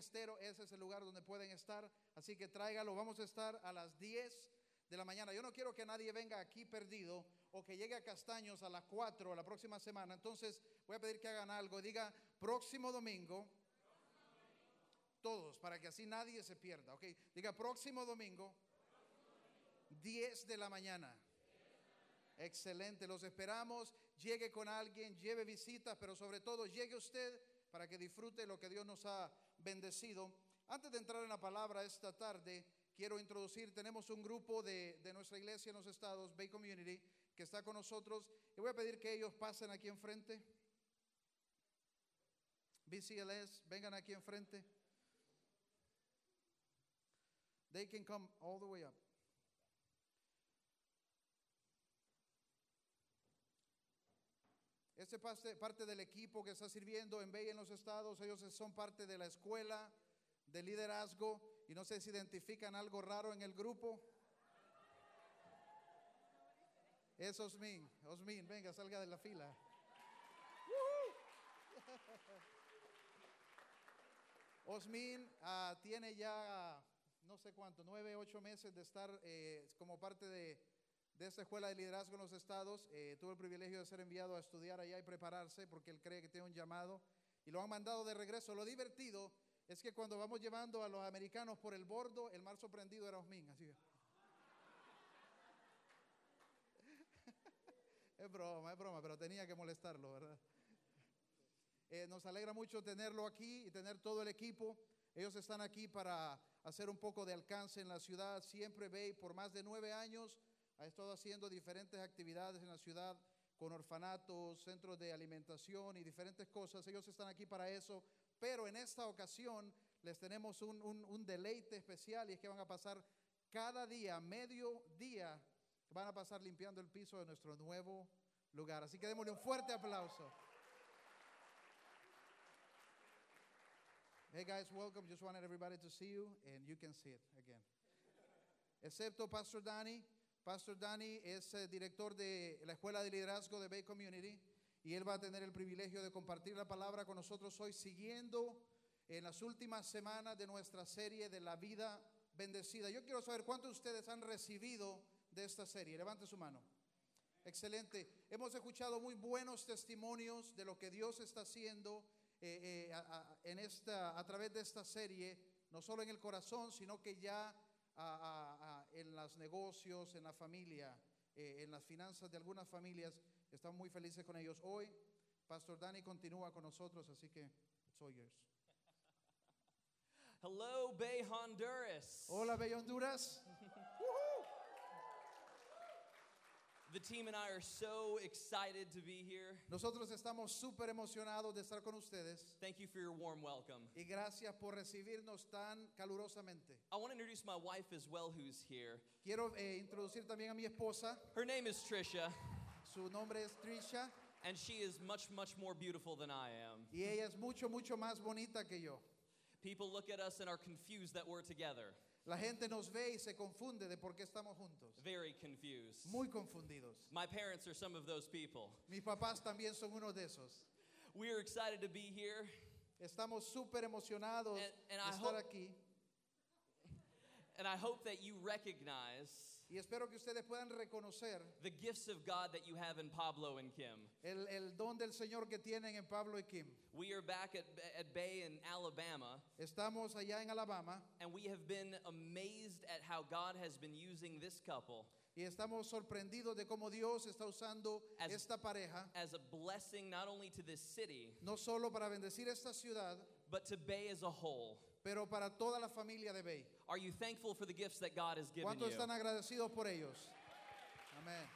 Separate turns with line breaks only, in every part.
Estero, ese es el lugar donde pueden estar. Así que tráigalo, vamos a estar a las 10 de la mañana. Yo no quiero que nadie venga aquí perdido o que llegue a Castaños a las 4 la próxima semana. Entonces voy a pedir que hagan algo. Diga, próximo domingo, todos, para que así nadie se pierda. ¿ok? Diga, próximo domingo, 10 de la mañana. Excelente, los esperamos. Llegue con alguien, lleve visitas, pero sobre todo llegue usted para que disfrute lo que Dios nos ha bendecido. Antes de entrar en la palabra esta tarde, quiero introducir, tenemos un grupo de, de nuestra iglesia en los estados, Bay Community, que está con nosotros. Y voy a pedir que ellos pasen aquí enfrente. BCLS, vengan aquí enfrente. They can come all the way up. Este parte, parte del equipo que está sirviendo en Bay en los estados, ellos son parte de la escuela de liderazgo y no sé si identifican algo raro en el grupo. Es Osmin, Osmin, venga, salga de la fila. Osmin ah, tiene ya no sé cuánto, nueve, ocho meses de estar eh, como parte de, de esta escuela de liderazgo en los estados. Eh, tuve el privilegio de ser enviado a estudiar allá y prepararse porque él cree que tiene un llamado y lo han mandado de regreso. Lo divertido es que cuando vamos llevando a los americanos por el bordo, el mar sorprendido era Osmin. Así. es broma, es broma, pero tenía que molestarlo, ¿verdad? Eh, nos alegra mucho tenerlo aquí y tener todo el equipo. Ellos están aquí para hacer un poco de alcance en la ciudad. Siempre ve, por más de nueve años ha estado haciendo diferentes actividades en la ciudad con orfanatos, centros de alimentación y diferentes cosas. Ellos están aquí para eso, pero en esta ocasión les tenemos un, un, un, deleite especial y es que van a pasar cada día, medio día, van a pasar limpiando el piso de nuestro nuevo lugar. Así que démosle un fuerte aplauso. Hey guys, welcome. Just wanted everybody to see you and you can see it again. Excepto Pastor Danny, Pastor Danny es eh, director de la Escuela de Liderazgo de Bay Community y él va a tener el privilegio de compartir la palabra con nosotros hoy siguiendo en las últimas semanas de nuestra serie de la vida bendecida. Yo quiero saber cuántos de ustedes han recibido de esta serie. Levante su mano. Excelente. Hemos escuchado muy buenos testimonios de lo que Dios está haciendo eh, eh, a, a, en esta, a través de esta serie, no solo en el corazón, sino que ya a, a, a, en los negocios, en la familia, eh, en las finanzas de algunas familias. Estamos muy felices con ellos. Hoy, Pastor Danny continúa con nosotros, así que it's all yours.
Hello, Bay Honduras.
Hola, Bello Honduras.
The team and I are so excited to be here.
Nosotros estamos súper emocionados de estar con ustedes
Thank you for your warm welcome.
y gracias por recibirnos tan calurosamente.
I want to introduce my wife as well, who's here.
Quiero eh, introducir también a mi esposa.
Her name is Trisha,
Su nombre es Trisha
and she is much, much more beautiful than I am.
y ella es mucho, mucho más bonita que yo.
People look at us and are confused that we're together.
La gente nos ve y se confunde de por qué estamos juntos.
Very confused.
Muy confundidos.
My parents are some of those people.
Mis papás también son uno de esos.
We are excited to be here,
Estamos súper emocionados
And- and
de
I
estar
hope-
aquí
and I hope that you recognize
y espero que ustedes puedan reconocer
the gifts of God that you have in Pablo and Kim.
el, el don del Señor que tienen en Pablo y Kim.
We are back at, at Bay in Alabama,
Estamos allá en Alabama
and we have been amazed at how God has been using this couple
y estamos sorprendidos de cómo Dios está usando
As-
esta pareja,
as a blessing not only to this city,
no solo para bendecir esta ciudad,
but to Bay as a whole.
pero para toda la familia de Bay.
Are you thankful for the gifts that God has given you?
¿Cuántos están agradecidos por ellos? Amén.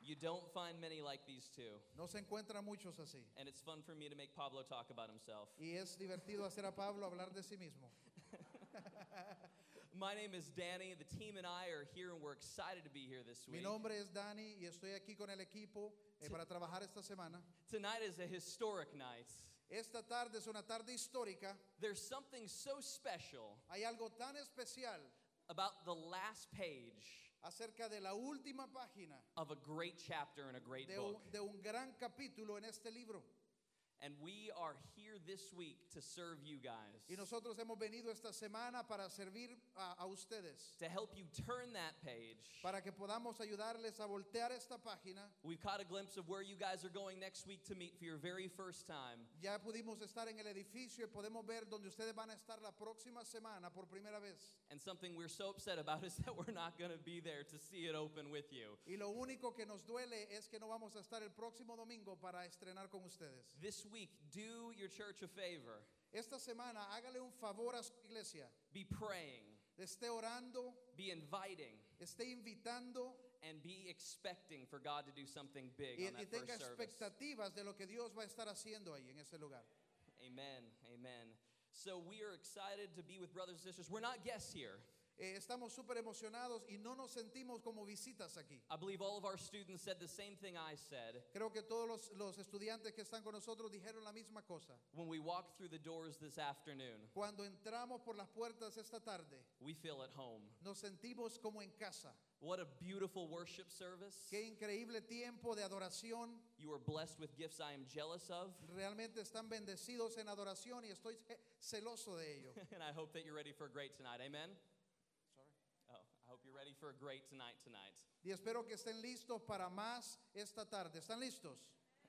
You don't find many like these two,
No se encuentran muchos así.
and it's fun for me to make Pablo talk about himself.
Y es divertido hacer a Pablo hablar de sí mismo.
My name is Danny. The team and I are here, and we're excited to be here this
Mi
week.
nombre es Dani y estoy aquí con el equipo eh, para trabajar esta semana.
Tonight is a historic night.
Esta tarde es una tarde histórica.
There's something so special
Hay algo tan especial
about the last page
acerca de la última página
of a great chapter in a great
de
book.
un, de un gran capítulo en este libro.
And we are here this week to serve you guys,
Y nosotros hemos venido esta semana para servir a, a ustedes,
to help you turn that page.
para que podamos ayudarles a voltear esta página.
We've caught a glimpse of where you guys are going next week to meet for your very first time.
Ya pudimos estar en el edificio y podemos ver donde ustedes van a estar la próxima semana por primera vez.
And something we're so upset about is that we're not going to be there to see it open with you.
Y lo único que nos duele es que no vamos a estar el próximo domingo para estrenar con ustedes.
This week, do your church a favor.
Esta semana hágale un favor a su iglesia.
Be praying,
Esté orando,
be inviting,
esté invitando
and be expecting for God to do something big
y,
on
y
that
tenga
first service.
expectativas de lo que Dios va a estar haciendo ahí en ese lugar.
Amen. Amen. So we are excited to be with brothers and sisters. We're not guests here.
Eh, estamos súper emocionados y no nos sentimos como visitas aquí.
I believe all of our students said the same thing I said
Creo que todos los, los estudiantes que están con nosotros dijeron la misma cosa.
when we walked through the doors this afternoon.
Cuando entramos por las puertas esta tarde,
We feel at home.
nos sentimos como en casa.
What a beautiful worship service.
Qué increíble tiempo de adoración.
You are blessed with gifts I am jealous of,
Realmente están bendecidos en adoración y estoy ce- celoso de ello.
and I hope that you're ready for a great tonight. Amen. Oh, I hope you're ready for a great tonight tonight.
Y espero que estén listos para más esta tarde. ¿Están listos?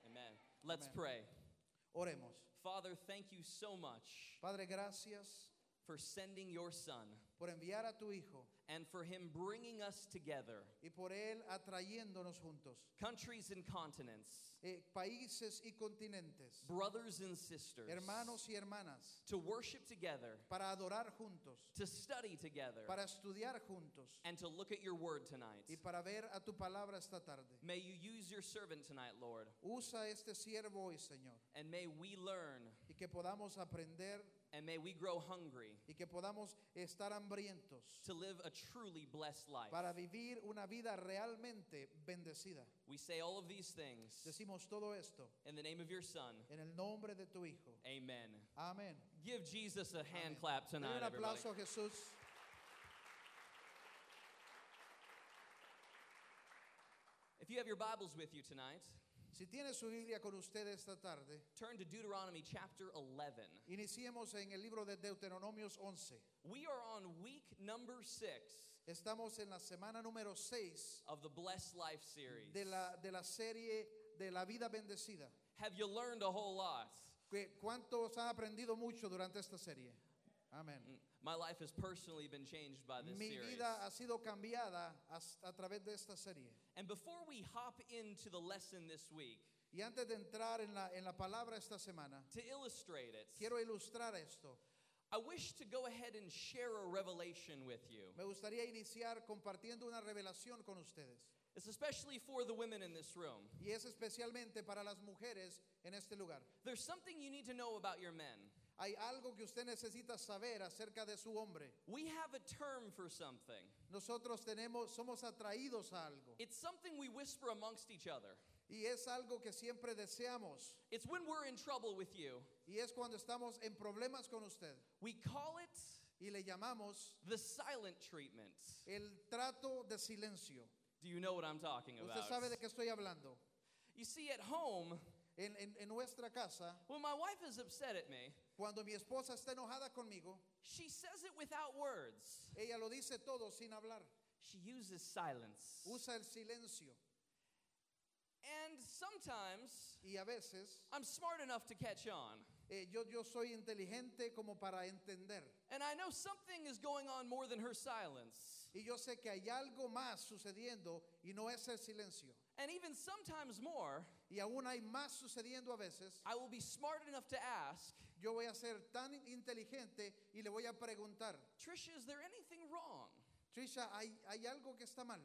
Amen. Let's
Amen.
pray.
Oremos.
Father, thank you so much
Padre, gracias
for sending your son
por enviar a tu Hijo
and for him bringing us together,
y por Él atrayéndonos juntos.
countries and continents,
Eh, países y continentes,
brothers and sisters,
hermanos y hermanas,
to worship together,
para adorar juntos,
to study together,
para estudiar juntos
and to look at your word tonight.
y para ver a tu palabra esta tarde.
May you use your servant tonight, Lord,
Usa este siervo hoy, Señor,
and may we learn
y que podamos aprender
and may we grow hungry
y que podamos estar hambrientos
to live a truly blessed life.
para vivir una vida realmente bendecida.
We say all of these things
Decimos todo esto
in the name of your Son.
en el nombre de tu Hijo.
Amen.
Amén.
Give Jesus a hand
Amén.
clap
Dale
tonight,
un
everybody.
aplauso a Jesús.
If you have your Bibles with you tonight,
Si tiene su Biblia con usted esta tarde,
turn to Deuteronomy chapter 11.
iniciemos en el libro de Deuteronomios 11.
We are on week number six
Estamos en la semana número 6
of the Blessed Life series.
de la, de la serie de la vida bendecida.
Have you learned a whole lot?
Que- ¿Cuántos han aprendido mucho durante esta serie? Amén.
Mm, My life has personally been changed by this
Mi
series.
vida ha sido cambiada as- a, través de esta serie.
And before we hop into the lesson this week,
Y antes de entrar en la, en la palabra esta semana,
to illustrate it,
quiero ilustrar esto.
I wish to go ahead and share a revelation with you.
Me gustaría iniciar compartiendo una revelación con ustedes.
It's especially for the women in this room.
Y es especialmente para las mujeres en este lugar.
There's something you need to know about your men.
Hay algo que usted necesita saber acerca de su hombre.
We have a term for something.
Nosotros tenemos, somos atraídos a algo.
It's something we whisper amongst each other.
Y es algo que siempre deseamos.
It's when we're in trouble with you.
Y es cuando estamos en problemas con usted.
We call it
Y le llamamos
the silent treatment.
el trato de silencio.
Do you know what I'm talking about?
Usted sabe de qué estoy hablando.
You see, at home,
En, en- en nuestra casa,
when my wife is upset at me,
cuando mi esposa está enojada conmigo,
she says it without words.
ella lo dice todo sin hablar.
She uses silence.
Usa el silencio.
And sometimes
Y a veces
I'm smart enough to catch on.
eh, yo, yo soy inteligente como para entender.
And I know something is going on more than her silence.
Y yo sé que hay algo más sucediendo y no es el silencio.
And even sometimes more,
Y aún hay más sucediendo a veces.
I will be smart enough to ask,
Yo voy a ser tan inteligente y le voy a preguntar,
Trisha, is there anything wrong?
Trisha, hay, hay algo que está mal.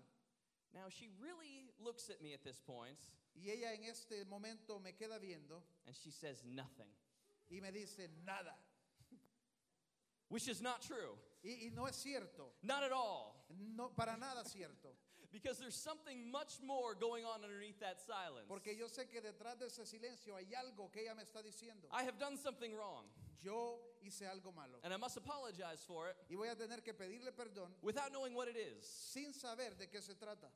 Now she really looks at me at this point
Y ella en este momento me queda viendo
and she says nothing,
y me dice, nada.
which is not true.
Y, y no es cierto.
Not at all.
No, para nada cierto.
Because there's something much more going on underneath that silence.
Porque yo sé que detrás de ese silencio hay algo que ella me está diciendo.
I have done something wrong
Yo hice algo malo.
and I must apologize for it
Y voy a tener que pedirle perdón
without knowing what it is.
sin saber de qué se trata.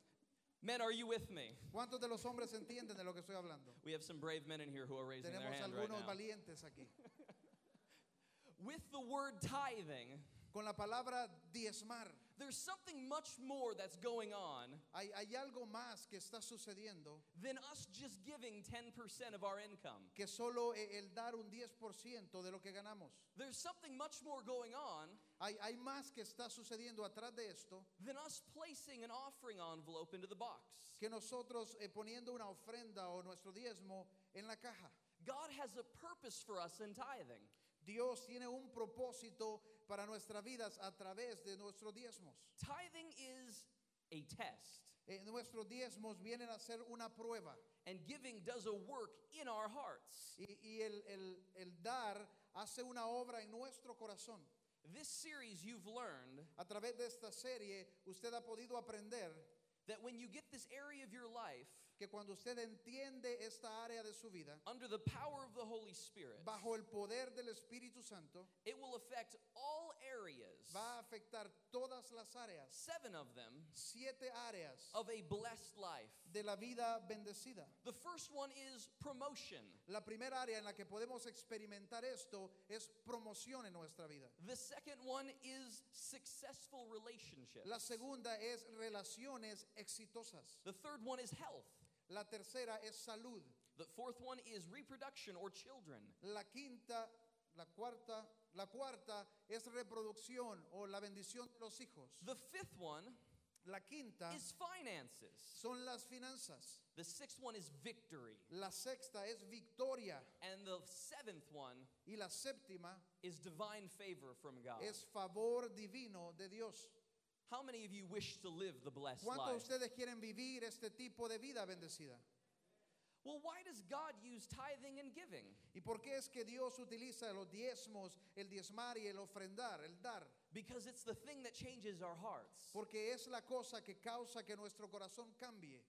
Men, are you with me?
¿Cuántos de los hombres entienden de lo que estoy hablando?
We have some brave men in here who are raising their
Tenemos
hand right
algunos
now.
valientes aquí.
With the word tithing,
Con la palabra diezmar,
there's something much more that's going on
hay, hay algo más que está sucediendo
than us just giving 10% of our income.
que solo e- el dar un 10% de lo que ganamos.
There's something much more going on
Hay, hay más que está sucediendo atrás de esto
than us placing an offering envelope into the box.
que nosotros eh, poniendo una ofrenda o nuestro diezmo en la caja.
God has a purpose for us in tithing.
Dios tiene un propósito para nuestras vidas a través de nuestros diezmos.
Tithing is a test,
Eh, nuestros diezmos vienen a ser una prueba
and giving does a work in our hearts.
y, y el, el- el dar hace una obra en nuestro corazón.
This series, you've learned
A través de esta serie usted ha podido aprender
that when you get this area of your life
que cuando usted entiende esta área de su vida,
under the power of the Holy Spirit,
bajo el poder del Espíritu Santo,
it will affect all areas,
va a afectar todas las áreas,
seven of them,
siete áreas
of a blessed life.
de la vida bendecida.
The first one is promotion.
La primera área en la que podemos experimentar esto es promoción en nuestra vida.
The second one is successful relationships.
La segunda es relaciones exitosas.
The third one is health.
La tercera es salud.
The fourth one is reproduction or children.
La quinta, la cuarta, la cuarta es reproducción o la bendición de los hijos.
The fifth one
La quinta
is finances.
son las finanzas.
The sixth one is victory.
La sexta es victoria
And the seventh one
y la séptima
is divine favor from God.
es favor divino de Dios.
How many of you wish to live the blessed
¿Cuántos de
life?
ustedes quieren vivir este tipo de vida bendecida?
Well, why does God use tithing and giving?
¿Y por qué es que Dios utiliza los diezmos, el diezmar y el ofrendar, el dar?
Because it's the thing that changes our hearts.
Porque es la cosa que causa que nuestro corazón cambie.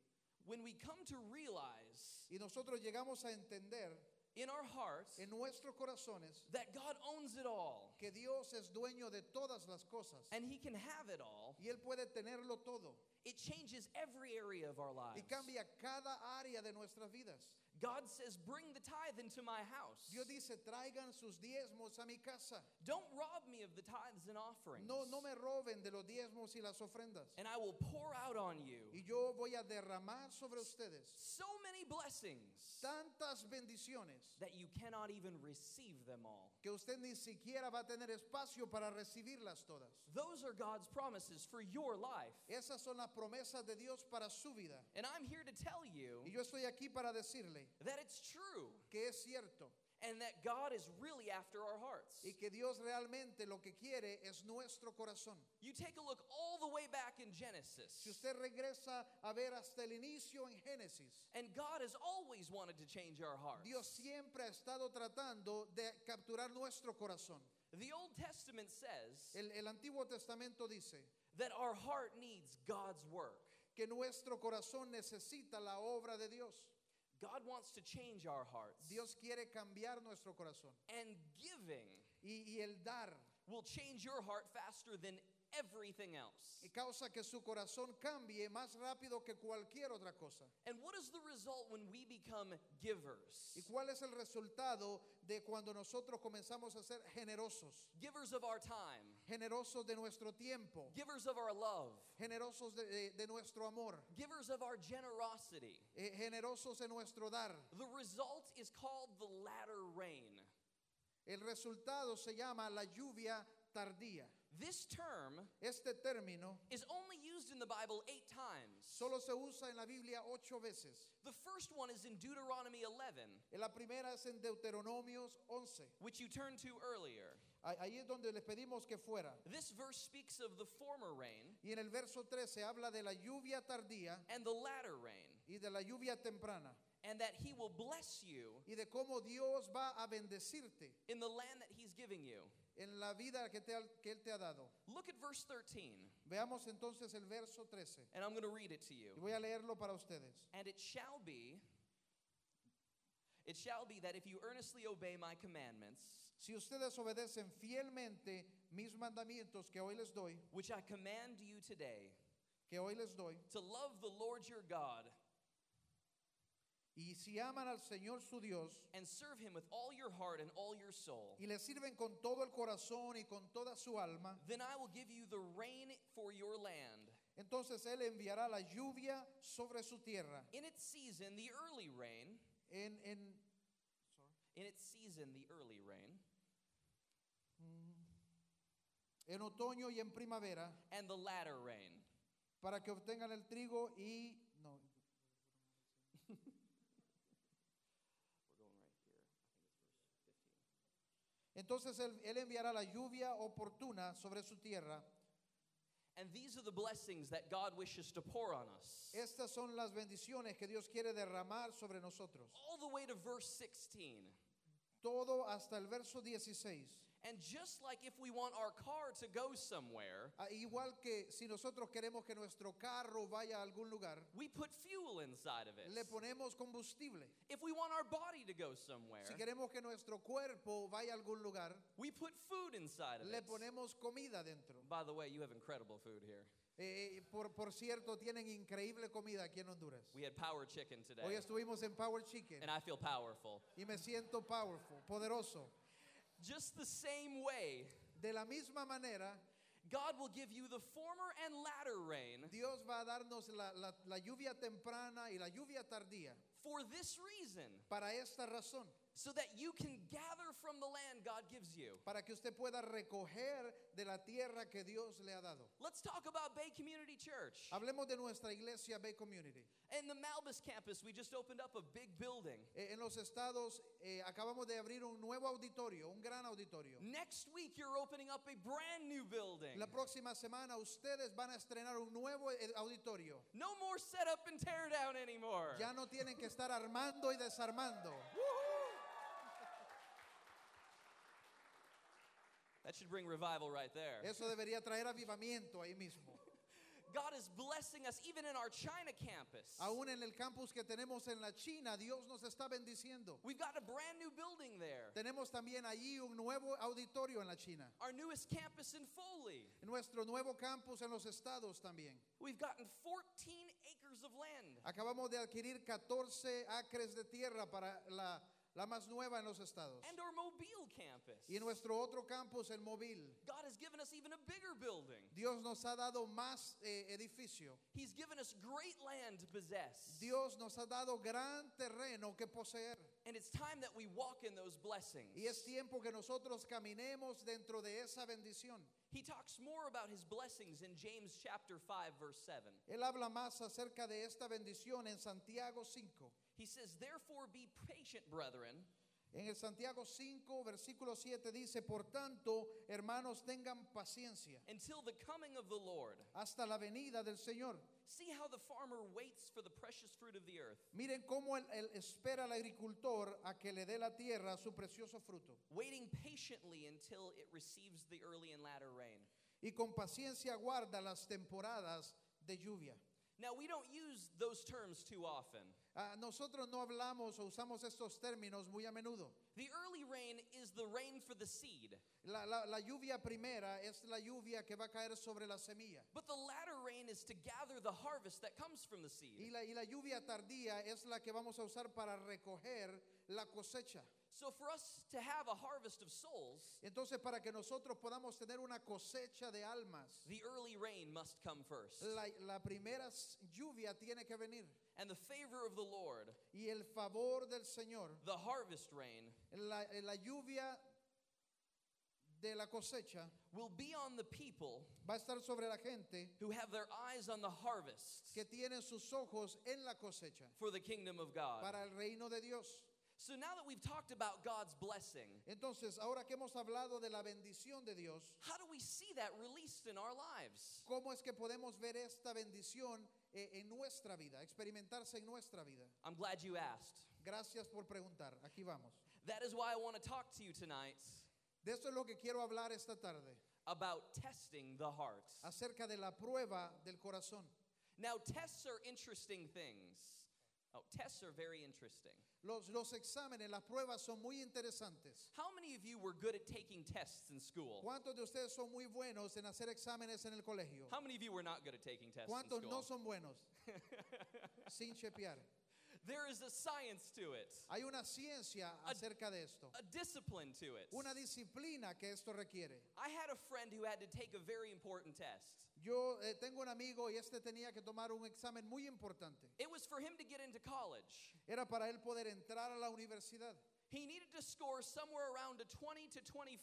When we come to realize
Y nosotros llegamos a entender
in our hearts
en nuestros corazones
that God owns it all
que Dios es dueño de todas las cosas
and He can have it all,
y Él puede tenerlo todo
it changes every area of our lives.
y cambia cada área de nuestras vidas.
God says, Bring the tithe into my house.
Dios dice, traigan sus diezmos a mi casa.
Don't rob me of the tithes and offerings.
No, no me roben de los diezmos y las ofrendas.
And I will pour out on you
Y yo voy a derramar sobre ustedes
so many blessings
tantas bendiciones
that you cannot even receive them all.
que usted ni siquiera va a tener espacio para recibirlas todas.
Those are God's promises for your life.
Esas son las promesas de Dios para su vida.
And I'm here to tell
Y
you
yo estoy aquí para decirle
that it's true
que es cierto
and that God is really after our hearts.
y que Dios realmente lo que quiere es nuestro corazón.
You take a look all the way back in
Si
Genesis,
usted regresa a ver hasta el inicio en Génesis,
and God has always wanted to change our
Dios
hearts.
siempre ha estado tratando de capturar nuestro corazón.
The Old Testament says
El, el Antiguo Testamento dice
that our heart needs God's work.
que nuestro corazón necesita la obra de Dios.
God wants to change our hearts.
Dios quiere cambiar nuestro corazón.
and giving
Y, y el dar
will change your heart faster than everything else.
y causa que su corazón cambie más rápido que cualquier otra cosa.
And what is the result when we become givers?
¿Y cuál es el resultado de cuando nosotros comenzamos a ser generosos?
Givers of our time,
Generosos de nuestro tiempo,
givers of our love,
generosos de, de- de nuestro amor,
givers of our generosity.
eh, generosos de nuestro dar.
The result is called the latter rain.
El resultado se llama la lluvia tardía.
This term
Este término
is only used in the Bible eight times.
solo se usa en la Biblia ocho veces.
The first one is in Deuteronomy 11,
La primera es en Deuteronomios 11.
which you turned to earlier.
Ah- Ahí es donde les pedimos que fuera.
This verse speaks of the former rain
Y en el verso 13 habla de la lluvia tardía
and the latter rain.
y de la lluvia temprana
and that he will bless you
y de cómo Dios va a bendecirte
in the land that he's giving you.
en la vida que, te ha- que Él te ha dado.
Look at verse 13,
Veamos entonces el verso 13
and I'm going to read it to you.
y voy a leerlo para ustedes.
And it shall be it shall be that if you earnestly obey my commandments,
Si ustedes obedecen fielmente mis mandamientos que hoy les doy,
which I command you today,
que hoy les doy.
to love the Lord your God
Y si aman al Señor su Dios
and serve him with all your heart and all your soul,
y le sirven con todo el corazón y con toda su alma,
then I will give you the rain for your land.
entonces Él enviará la lluvia sobre su tierra.
In its season, the early rain,
En, en-
in its season, the early rain,
en otoño y en primavera,
and the latter rain.
para que obtengan el trigo y... No,
We're going right here.
Entonces él, Él enviará la lluvia oportuna sobre su tierra.
And these are the blessings that God wishes to pour on us.
Estas son las bendiciones que Dios quiere derramar sobre nosotros.
All the way to verse 16.
Todo hasta el verso 16.
And just like if we want our car to go somewhere,
Ah, Igual que si nosotros queremos que nuestro carro vaya a algún lugar,
we put fuel inside of
le
it.
ponemos combustible.
If we want our body to go somewhere,
Si queremos que nuestro cuerpo vaya a algún lugar,
we put food inside of
le
it.
ponemos comida dentro.
By the way, you have incredible food here.
Eh, eh, por, por cierto, tienen increíble comida aquí en Honduras.
We had power chicken today.
Hoy estuvimos en Power Chicken
and I feel powerful.
y me siento powerful, poderoso.
Just the same way,
De la misma manera,
God will give you the former and latter rain
Dios va a darnos la, la- la lluvia temprana y la lluvia tardía
for this reason,
para esta razón,
so that you can gather from the land God gives you.
para que usted pueda recoger de la tierra que Dios le ha dado.
Let's talk about Bay Community Church.
Hablemos de nuestra iglesia Bay Community.
In the Malbus campus, we just opened up a big building.
Eh, en los estados eh, acabamos de abrir un nuevo auditorio, un gran auditorio.
Next week, you're opening up a brand new building.
La próxima semana ustedes van a estrenar un nuevo eh, auditorio.
No more setup and tear down anymore.
Ya no tienen que estar armando y desarmando.
That should bring revival right there.
Eso debería traer avivamiento ahí mismo.
God is blessing us even in our China campus.
Aún en el campus que tenemos en la China, Dios nos está bendiciendo.
We've got a brand new building there.
Tenemos también allí un nuevo auditorio en la China.
Our newest campus in Foley.
Nuestro nuevo campus en los estados también.
We've gotten 14 acres of land.
Acabamos de adquirir 14 acres de tierra para la, la más nueva en los estados.
And our Mobile campus.
Y nuestro otro campus, el móvil.
God has given us even a bigger building.
Dios nos ha dado más eh, edificio.
He's given us great land to possess.
Dios nos ha dado gran terreno que poseer.
And it's time that we walk in those blessings.
Y es tiempo que nosotros caminemos dentro de esa bendición.
He talks more about his blessings in James chapter 5 verse 7.
Él habla más acerca de esta bendición en Santiago 5.
He says, "Therefore be patient, brethren,
En el Santiago 5, versículo 7 dice, por tanto, hermanos, tengan paciencia
until the coming of the Lord.
hasta la venida del Señor.
See how the farmer waits for the precious fruit of the earth,
Miren cómo él, él espera al agricultor a que le dé la tierra su precioso fruto.
waiting patiently until it receives the early and latter rain."
Y con paciencia guarda las temporadas de lluvia.
Now, we don't use those terms too often.
Ah, nosotros no hablamos o usamos estos términos muy a menudo.
The early rain is the rain for the seed,
La, la- la lluvia primera es la lluvia que va a caer sobre la semilla.
but the latter rain is to gather the harvest that comes from the
Y
seed.
la, y la lluvia tardía es la que vamos a usar para recoger la cosecha.
So, for us to have a harvest of souls,
Entonces, para que nosotros podamos tener una cosecha de almas,
the early rain must come first.
la, la primera s- lluvia tiene que venir.
And the favor of the Lord,
Y el favor del Señor,
the harvest rain,
la, la lluvia de la cosecha,
will be on the people
va a estar sobre la gente
who have their eyes on the harvest
que tiene sus ojos en la cosecha
for the kingdom of God.
para el reino de Dios.
So, now that we've talked about God's blessing,
Entonces, ahora que hemos hablado de la bendición de Dios,
how do we see that released in our lives?
¿Cómo es que podemos ver esta bendición eh, en nuestra vida, experimentarse en nuestra vida?
I'm glad you asked.
Gracias por preguntar. Aquí vamos.
That is why I want to talk to you tonight
De eso es lo que quiero hablar esta tarde,
about testing the heart.
acerca de la prueba del corazón.
Now, tests are interesting things. Oh, tests are very interesting.
Los, los exámenes, las pruebas son muy interesantes.
How many of you were good at taking tests in school?
¿Cuántos de ustedes son muy buenos en hacer exámenes en el colegio?
How many of you were not good at taking tests in
¿Cuántos no
school?
son buenos? Sin chepear.
There is a science to it,
Hay una ciencia acerca de esto,
a discipline to it.
una disciplina que esto requiere.
I had a friend who had to take a very important test.
Yo eh, tengo un amigo y este tenía que tomar un examen muy importante.
It was for him to get into college.
Era para él poder entrar a la universidad
He needed to score somewhere around a 20 to 25.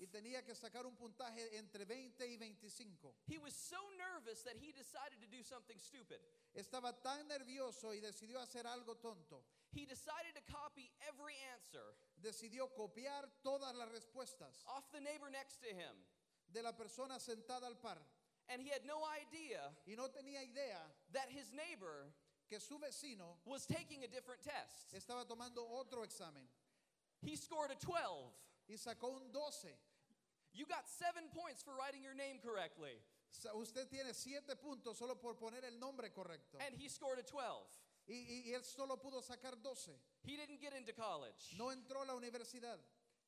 y tenía que sacar un puntaje entre 20 y 25.
He was so nervous that he decided to do something stupid.
Estaba tan nervioso y decidió hacer algo tonto.
He decided to copy every answer
Decidió copiar todas las respuestas
off the neighbor next to him.
de la persona sentada al par
And he had no idea
y no tenía idea
that his neighbor
que su vecino
was taking a different test.
estaba tomando otro examen
He scored a 12.
y sacó un 12.
You got seven points for writing your name correctly.
Sa- Usted tiene 7 puntos solo por poner el nombre correcto
And he scored a 12.
y, y- y él solo pudo sacar 12.
He didn't get into college.
No entró a la universidad.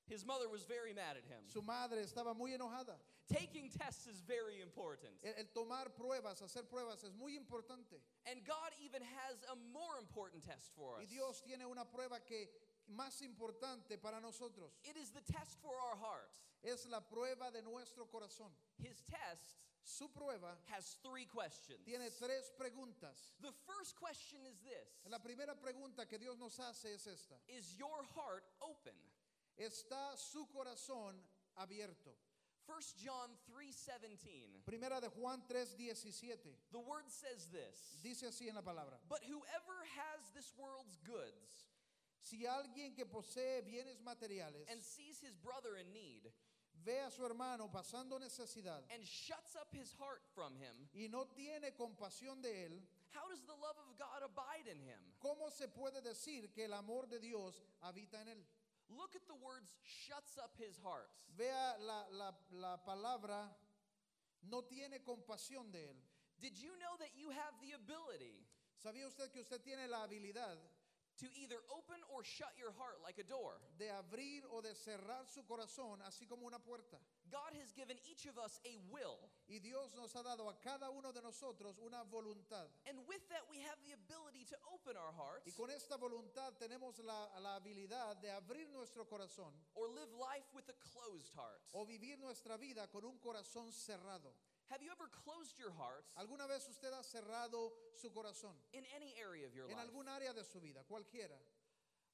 His mother was very mad at him.
Su madre estaba muy enojada.
Taking tests is very important.
El, el tomar pruebas, hacer pruebas es muy importante.
And God even has a more important test for us.
Y Dios tiene una prueba que más importante para nosotros.
It is the test for our heart.
Es la prueba de nuestro corazón.
His test
Su prueba
has three questions.
tiene tres preguntas.
The first question is this
La primera pregunta que Dios nos hace es esta.
Is your heart open?
¿Está su corazón abierto?
1 John 3:17.
Primera de Juan 3:17.
The word says this.
Dice así en la palabra.
But whoever has this world's goods
Si alguien que posee bienes materiales
and sees his brother in need
ve a su hermano pasando necesidad
and shuts up his heart from him,
y no tiene compasión de él,
how does the love of God abide in him?
¿cómo se puede decir que el amor de Dios habita en él?
Look at the words shuts up his heart.
Vea la, la- la palabra, no tiene compasión de él.
Did you know that you have the ability
¿Sabía usted que usted tiene la habilidad
to either open or shut your heart like a door?
de abrir o de cerrar su corazón así como una puerta?
God has given each of us a will,
Y Dios nos ha dado a cada uno de nosotros una voluntad.
and with that, we have the ability to open our hearts
Y con esta voluntad tenemos la, la habilidad de abrir nuestro corazón
or live life with a closed heart.
o vivir nuestra vida con un corazón cerrado.
Have you ever closed your heart
¿Alguna vez usted ha cerrado su corazón
in any area of your
en
life?
algún área de su vida, cualquiera?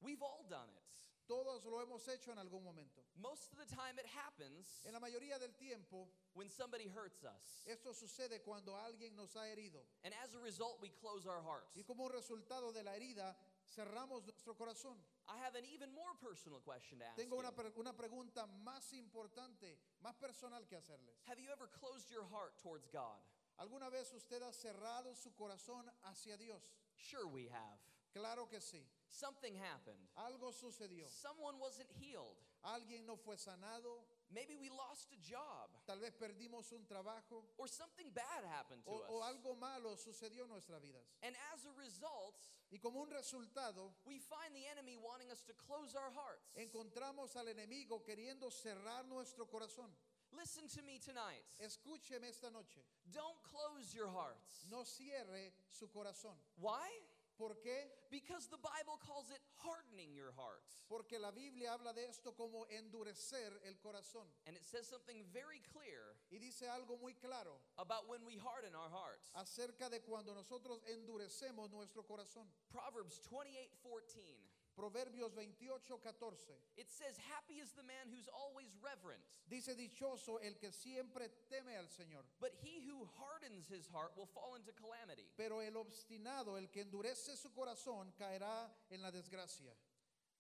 We've all done it.
Todos lo hemos hecho en algún momento.
Most of the time, it happens
En la mayoría del tiempo,
when somebody hurts us,
esto sucede cuando alguien nos ha herido.
and as a result, we close our hearts.
Y como un resultado de la herida, cerramos nuestro corazón.
I have an even more personal question to ask.
Tengo una,
you.
pre- una pregunta más importante, más personal que hacerles.
Have you ever closed your heart towards God?
¿Alguna vez usted ha cerrado su corazón hacia Dios?
Sure, we have.
Claro que sí.
Something happened.
Algo sucedió.
Someone wasn't healed.
Alguien no fue sanado.
Maybe we lost a job
Tal vez perdimos un trabajo.
or something bad happened to
O,
us.
o algo malo sucedió en nuestras vidas.
And as a result,
Y como un resultado,
we find the enemy wanting us to close our hearts.
encontramos al enemigo queriendo cerrar nuestro corazón.
Listen to me tonight.
Escúcheme esta noche.
Don't close your hearts.
No cierre su corazón.
Why?
¿Por qué?
Because the Bible calls it hardening your heart.
Porque la Biblia habla de esto como endurecer el corazón.
And it says something very clear
Y dice algo muy claro
about when we harden our hearts.
acerca de cuando nosotros endurecemos nuestro corazón.
Proverbs 28 14.
Proverbios 28, 14.
It says, Happy is the man who's always reverent,
Dice dichoso el que siempre teme al Señor,
but he who hardens his heart will fall into calamity.
pero el obstinado, el que endurece su corazón, caerá en la desgracia.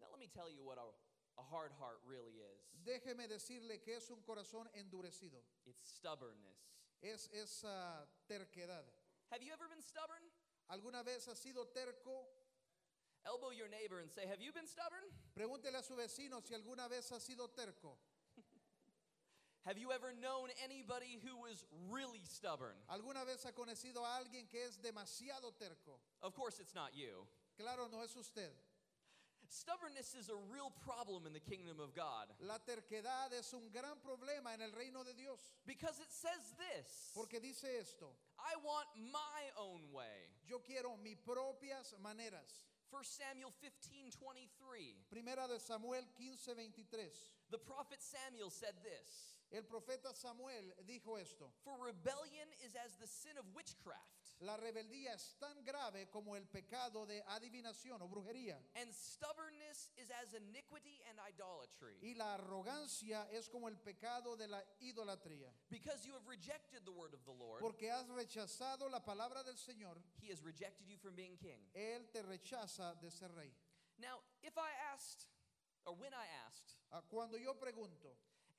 Now, let me tell you what a, a hard heart really is
Déjeme decirle que es un corazón endurecido,
it's stubbornness.
es esa terquedad.
Have you ever been stubborn?
¿Alguna vez ha sido terco?
Elbow your neighbor and say, Have you been stubborn?
Pregúntele a su vecino si alguna vez ha sido terco.
Have you ever known anybody who was really stubborn?
¿Alguna vez ha conocido a alguien que es demasiado terco?
Of course, it's not you.
Claro, no es usted.
Stubbornness is a real problem in the kingdom of God
La terquedad es un gran problema en el reino de Dios.
because it says this
Porque dice esto,
I want my own way.
yo quiero mis propias maneras.
1 Samuel 15 23.
Primera de Samuel 15, 23.
The prophet Samuel said this
El profeta Samuel dijo esto,
For rebellion is as the sin of witchcraft,
la rebeldía es tan grave como el pecado de adivinación o brujería.
and stubbornness is as iniquity and idolatry.
Y la arrogancia es como el pecado de la idolatría.
Because you have rejected the word of the Lord,
Porque has rechazado la palabra del Señor,
he has rejected you from being king.
Él te rechaza de ser rey.
Now, if I asked, or when I asked,
Ah, Cuando yo pregunto,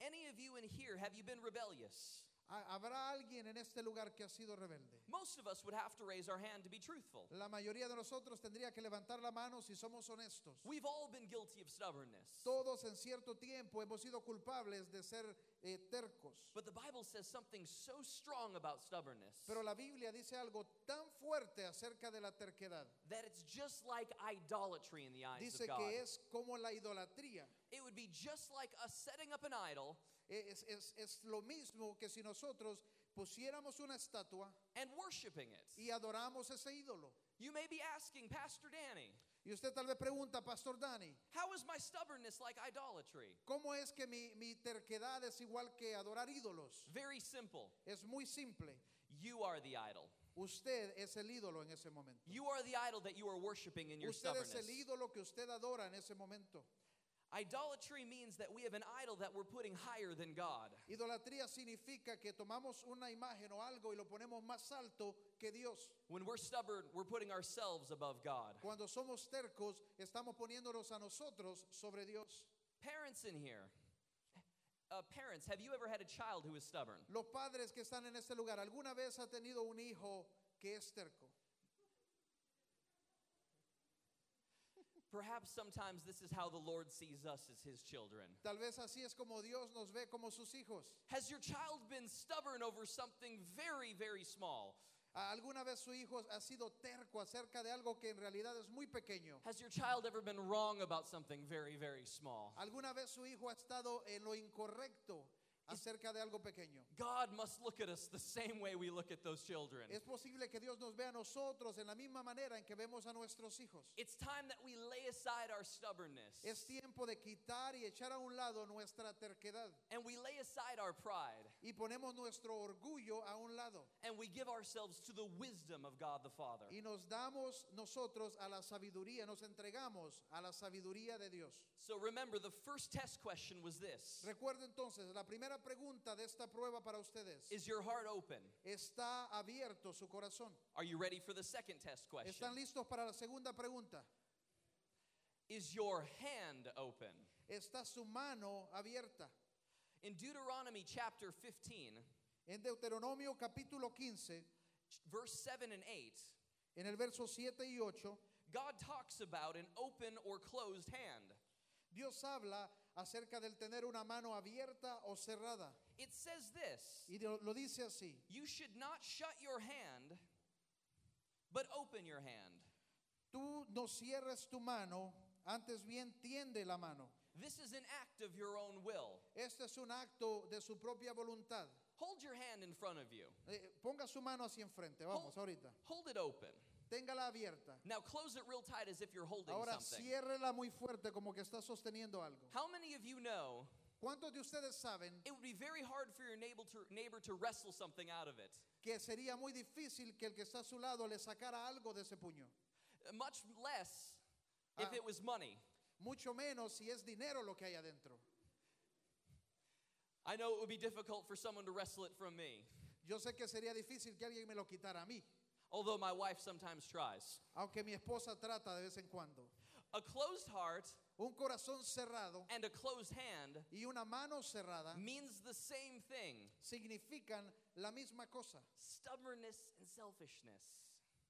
any of you in here, have you been rebellious?
¿ha- ¿habrá alguien en este lugar que ha sido rebelde?
Most of us would have to raise our hand to be truthful.
La mayoría de nosotros tendría que levantar la mano si somos honestos.
We've all been guilty of stubbornness.
Todos en cierto tiempo hemos sido culpables de ser eh, tercos.
But the Bible says something so strong about stubbornness
Pero la Biblia dice algo tan fuerte acerca de la terquedad.
that it's just like idolatry in the eyes
Dice
of God.
que es como la idolatría.
It would be just like us setting up an idol
E, Es, es- es lo mismo que si nosotros pusiéramos una estatua
and worshiping it.
y adoramos ese ídolo.
You may be asking, Pastor Danny,
Y usted tal vez pregunta, Pastor Dani,
how is my stubbornness like idolatry?
¿cómo es que mi, mi terquedad es igual que adorar ídolos?
Very simple.
Es muy simple.
You are the idol.
Usted es el ídolo en ese momento.
You are the idol that you are worshiping in your
Usted es el
stubbornness.
ídolo que usted adora en ese momento.
Idolatry means that we have an idol that we're putting higher than God.
Idolatría significa que tomamos una imagen o algo y lo ponemos más alto que Dios.
When we're stubborn, we're putting ourselves above God.
Cuando somos tercos, estamos poniéndonos a nosotros sobre Dios.
Parents in here, uh, parents, have you ever had a child who is stubborn?
Los padres que están en este lugar, ¿alguna vez ha tenido un hijo que es terco?
Perhaps sometimes this is how the Lord sees us as His children.
Tal vez así es como Dios nos ve como sus hijos.
Has your child been stubborn over something very, very small?
¿A- ¿Alguna vez su hijo ha sido terco acerca de algo que en realidad es muy pequeño?
Has your child ever been wrong about something very, very small?
¿Alguna vez su hijo ha estado en lo incorrecto acerca de algo pequeño?
God must look at us the same way we look at those children.
Es posible que Dios nos vea a nosotros en la misma manera en que vemos a nuestros hijos.
It's time that we lay aside our stubbornness
Es tiempo de quitar y echar a un lado nuestra terquedad
and we lay aside our pride
y ponemos nuestro orgullo a un lado
and we give ourselves to the wisdom of God the Father.
y nos damos nosotros a la sabiduría, nos entregamos a la sabiduría de Dios.
So remember, the first test question was this
Recuerda entonces, la primera pregunta de esta prueba para ustedes,
Is your heart open?
¿está abierto su corazón?
Are you ready for the second test question?
¿Están listos para la segunda pregunta?
Is your hand open?
¿Está su mano abierta?
In Deuteronomy chapter 15,
En Deuteronomio capítulo 15,
verse 7 and 8,
en el verso 7 y 8,
God talks about an open or closed hand.
Dios habla acerca del tener una mano abierta o cerrada.
It says this
Y lo, lo dice así,
You should not shut your hand, but open your hand.
tú no cierres tu mano, antes bien tiende la mano.
This is an act of your own will.
Este es un acto de su propia voluntad.
Hold your hand in front of you,
Eh, ponga su mano así enfrente, vamos,
Oh.
ahorita.
hold it open.
Téngala abierta.
Now close it real tight as if you're holding
Ahora
something.
ciérrela muy fuerte como que está sosteniendo algo.
How many of you know
¿Cuántos de ustedes saben
it would be very hard for your neighbor to, neighbor to wrestle something out of it?
que sería muy difícil que el que está a su lado le sacara algo de ese puño?
Much less if
Ah.
it was money.
Mucho menos si es dinero lo que hay adentro.
I know it would be difficult for someone to wrestle it from me,
Yo sé que sería difícil que alguien me lo quitara a mí,
although my wife sometimes tries.
aunque mi esposa trata de vez en cuando.
A closed heart
Un corazón cerrado
and a closed hand
y una mano cerrada
means the same thing
significan la misma cosa,
stubbornness and selfishness.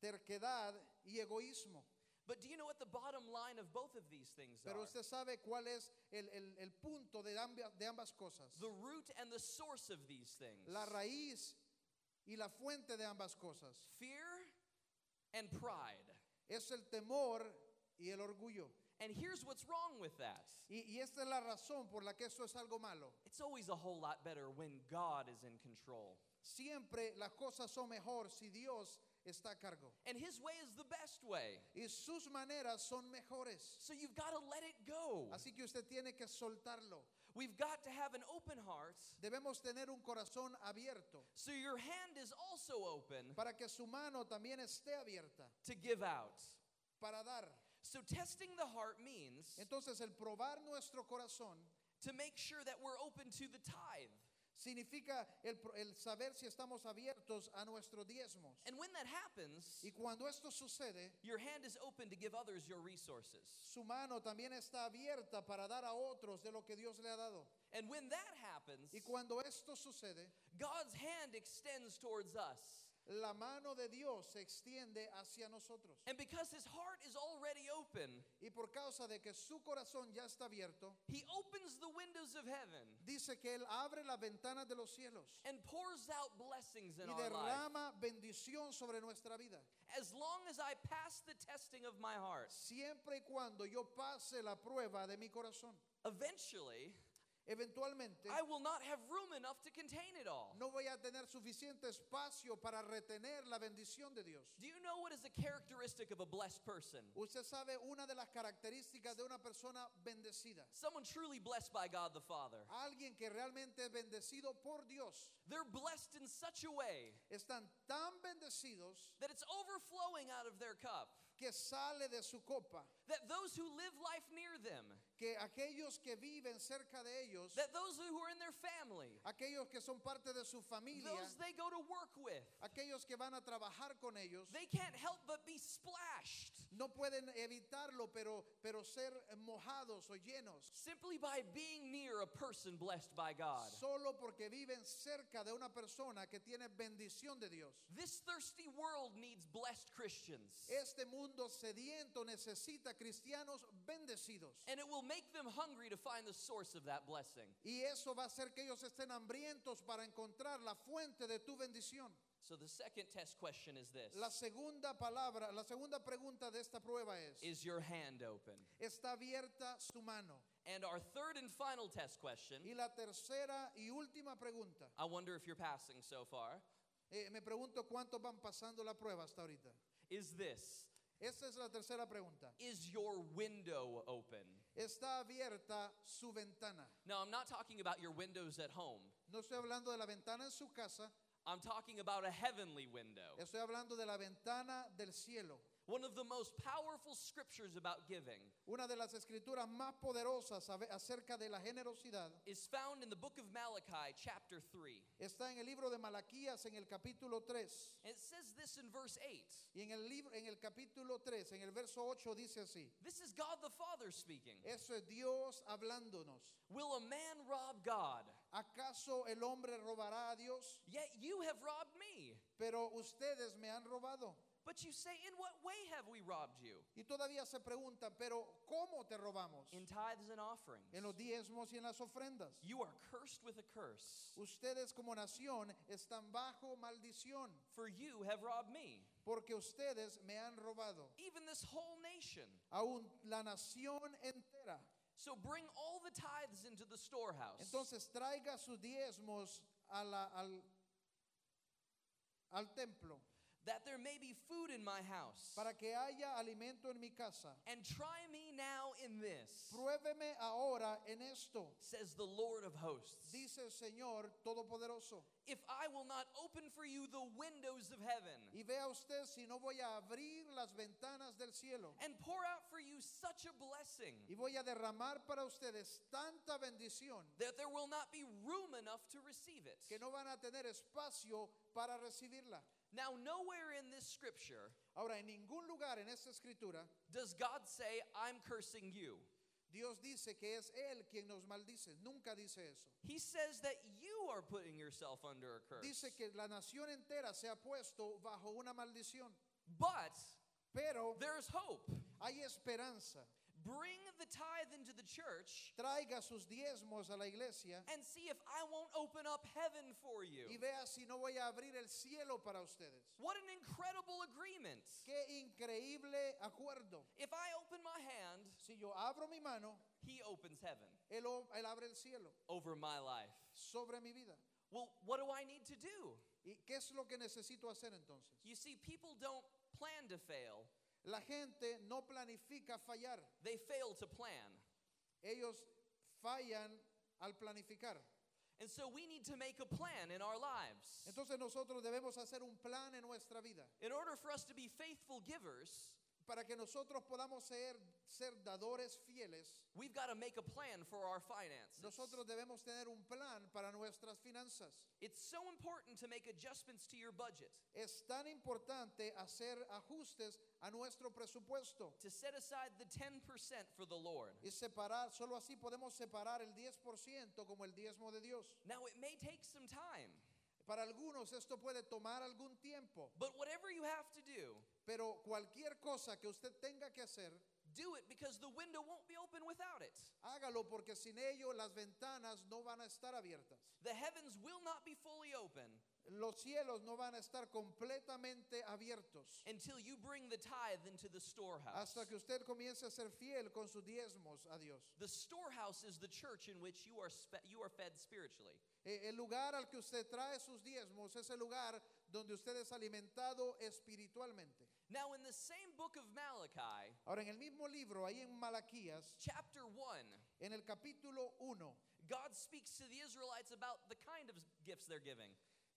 terquedad y egoísmo.
But do you know what the bottom line of both of these things
Pero
are?
usted sabe cuál es el, el- el punto de ambas, de ambas cosas,
The root and the source of these things
la raíz y la fuente de ambas cosas,
fear and pride.
es el temor y el orgullo.
And here's what's wrong with that
Y, y esta es la razón por la que eso es algo malo.
it's always a whole lot better when God is in control.
Siempre las cosas son mejor si Dios está a cargo.
And His way is the best way.
Y sus maneras son mejores.
So you've got to let it go.
Así que usted tiene que soltarlo.
We've got to have an open heart
Debemos tener un corazón abierto
so your hand is also open
para que su mano también esté abierta
to give out.
para dar.
So testing the heart means
Entonces el probar nuestro corazón
to make sure that we're open to the tithe.
significa el, pro- el saber si estamos abiertos a nuestros diezmos.
And when that happens,
Y cuando esto sucede,
your hand is open to give others your resources.
su mano también está abierta para dar a otros de lo que Dios le ha dado.
And when that happens,
Y cuando esto sucede,
God's hand extends towards us.
la mano de Dios se extiende hacia nosotros.
And because his heart is already open,
Y por causa de que su corazón ya está abierto,
he opens the windows of heaven
dice que Él abre las ventanas de los cielos
and pours out blessings in
y
our life.
derrama bendición sobre nuestra vida.
As long as I pass the testing of my heart,
Siempre y cuando yo pase la prueba de mi corazón,
eventually
eventualmente
I will not have room enough to contain it all.
no voy a tener suficiente espacio para retener la bendición de Dios.
Do you know what is a characteristic of a blessed person?
Usted sabe una de las características de una persona bendecida.
Someone truly blessed by God the Father.
Alguien que realmente es bendecido por Dios.
They're blessed in such a way
Están tan bendecidos
that it's overflowing out of their cup,
que sale de su copa.
that those who live life near them,
Que aquellos que viven cerca de ellos,
that those who are in their family,
aquellos que son parte de su familia,
those they go to work with,
aquellos que van a trabajar con ellos,
they can't help but be splashed
no pueden evitarlo, pero, pero ser mojados o llenos.
simply by being near a person blessed by God.
Solo porque viven cerca de una persona que tiene bendición de Dios.
This thirsty world needs blessed Christians,
Este mundo sediento necesita cristianos bendecidos.
and it will make them hungry to find the source of that blessing.
Y eso va a hacer que ellos estén hambrientos para encontrar la fuente de tu bendición.
So the second test question is this
La segunda palabra, la segunda pregunta de esta prueba es,
Is your hand open?
¿está abierta su mano?
And our third and final test question
Y la tercera y última pregunta,
I wonder if you're passing so far,
eh, me pregunto cuántos van pasando la prueba hasta ahorita.
is this
Esa es la tercera pregunta.
Is your window open?
¿Está abierta su ventana?
Now, I'm not talking about your windows at home.
No estoy hablando de la ventana en su casa,
I'm talking about a heavenly window.
estoy hablando de la ventana del cielo.
One of the most powerful scriptures about giving
Una de las escrituras más poderosas abe- acerca de la generosidad
is found in the book of Malachi, chapter 3.
está en el libro de Malaquías en el capítulo 3.
And it says this in verse 8.
Y en el libro en el capítulo 3, en el verso 8 dice así:
This is God the Father speaking.
Eso es Dios hablándonos.
Will a man rob God?
¿Acaso el hombre robará a Dios?
Yet you have robbed me.
Pero ustedes me han robado.
But you say, In what way have we robbed you?
Y todavía se preguntan, pero ¿cómo te robamos?
In tithes and offerings.
En los diezmos y en las ofrendas.
You are cursed with a curse.
Ustedes como nación están bajo maldición,
For you have robbed me,
porque ustedes me han robado.
even this whole nation.
Aún la nación entera.
So bring all the tithes into the storehouse.
Entonces traiga sus diezmos a la- al, al templo.
that there may be food in my house.
para que haya alimento en mi casa.
and try me now in this,
Pruébeme ahora en esto,
says the Lord of hosts.
dice el Señor Todopoderoso.
if I will not open for you the windows of heaven
Y vea usted si no voy a abrir las ventanas del cielo
and pour out for you such a blessing
y voy a derramar para ustedes tanta bendición
that there will not be room enough to receive it.
que no van a tener espacio para recibirla.
now, nowhere in this scripture
Ahora, en ningún lugar en esta escritura
does God say, I'm cursing you.
Dios dice que es Él quien nos maldice. Nunca dice eso.
He says that you are putting yourself under a curse.
Dice que la nación entera se ha puesto bajo una maldición.
But
Pero
there's hope.
hay esperanza.
bring the tithe into the church
Traiga sus diezmos a la iglesia
and see if I won't open up heaven for you.
y vea si no voy a abrir el cielo para ustedes.
What an incredible agreement.
Qué increíble acuerdo.
If I open my hand,
Si yo abro mi mano,
he opens heaven
él, o- él abre el cielo
over my life.
sobre mi vida.
Well, what do I need to do?
¿Y qué es lo que necesito hacer entonces?
You see, people don't plan to fail,
La gente no planifica fallar.
they fail to plan.
Ellos fallan al planificar.
And so we need to make a plan in our lives.
Entonces nosotros debemos hacer un plan en nuestra vida
In order for us to be faithful givers,
para que nosotros podamos ser, ser dadores fieles.
we've got to make a plan for our finances.
Nosotros debemos tener un plan para nuestras finanzas.
It's so important to make adjustments to your budget,
Es tan importante hacer ajustes a nuestro presupuesto
to set aside the 10% for the Lord.
y separar, solo así podemos separar el 10% como el diezmo de Dios.
Now, it may take some time,
Para algunos esto puede tomar algún tiempo,
but whatever you have to do,
pero cualquier cosa que usted tenga que hacer,
do it because the window won't be open without it.
hágalo porque sin ello las ventanas no van a estar abiertas.
The heavens will not be fully open
Los cielos no van a estar completamente abiertos
until you bring the tithe into the storehouse.
hasta que usted comience a ser fiel con sus diezmos a Dios.
The storehouse is the church in which you are, spe- you are fed spiritually.
Eh, El lugar al que usted trae sus diezmos es el lugar donde usted es alimentado espiritualmente.
Now, in the same book of Malachi,
Ahora, en el mismo libro, ahí en Malaquías,
chapter 1,
en el capítulo 1,
God speaks to the Israelites about the kind of gifts they're giving.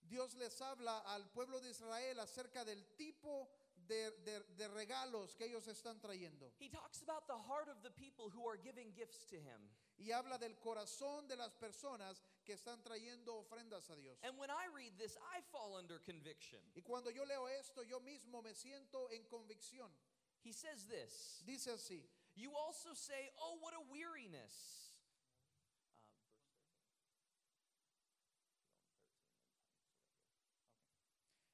Dios les habla al pueblo de Israel acerca del tipo de, de- de regalos que ellos están trayendo.
He talks about the heart of the people who are giving gifts to him.
Y habla del corazón de las personas que están trayendo ofrendas a Dios.
And when I read this, I fall under conviction.
Y cuando yo leo esto, yo mismo me siento en convicción.
He says this
Dice así,
You also say, Oh, what a weariness. Um,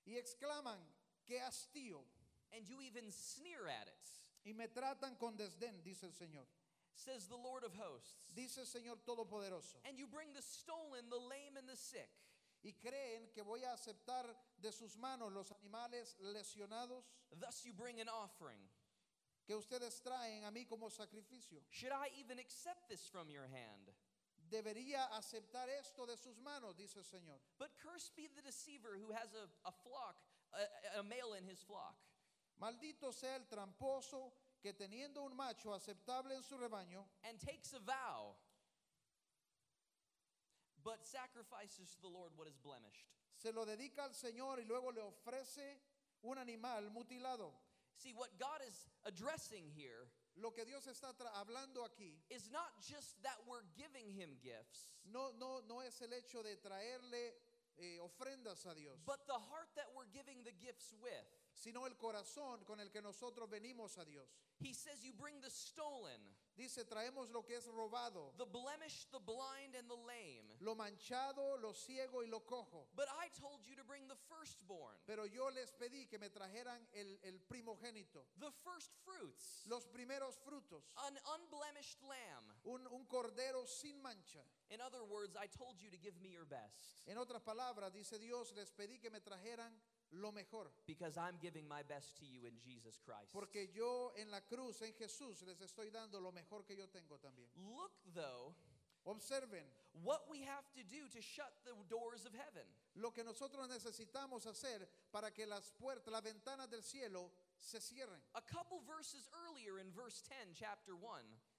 y exclaman, qué hastío.
and you even sneer at it,
Y me tratan con desdén, dice el Señor.
says the Lord of hosts.
Dice el Señor Todopoderoso.
And you bring the stolen, the lame, and the sick.
Y creen que voy a aceptar de sus manos los animales lesionados
Thus you bring an offering.
que ustedes traen a mí como sacrificio.
Should I even accept this from your hand?
Debería aceptar esto de sus manos, dice el Señor.
But cursed be the deceiver who has a, a flock, a, a male in his flock.
Maldito sea el tramposo que teniendo un macho aceptable en su rebaño,
and takes a vow, but sacrifices to the Lord what is blemished.
se lo dedica al Señor y luego le ofrece un animal mutilado.
See, what God is addressing here
Lo que Dios está tra- hablando aquí
is not just that we're giving him gifts,
no, no, no es el hecho de traerle eh, ofrendas a Dios,
but the heart that we're giving the gifts with.
sino el corazón con el que nosotros venimos a Dios.
He says, You bring the stolen,
Dice, traemos lo que es robado,
the blemished, the blind, and the lame.
lo manchado, lo ciego y lo cojo.
But I told you to bring the firstborn,
Pero yo les pedí que me trajeran el, el primogénito,
the first fruits,
los primeros frutos,
an unblemished lamb.
un, un cordero sin mancha.
In other words, I told you to give me your best
En otras palabras, dice Dios, les pedí que me trajeran lo mejor,
because I'm giving my best to you in Jesus Christ.
porque yo en la cruz, en Jesús, les estoy dando lo mejor que yo tengo también.
Look, though,
Observen,
what we have to do to shut the doors of heaven.
lo que nosotros necesitamos hacer para que las puertas, las ventanas del cielo se cierren.
A couple verses earlier in verse 10, chapter 1,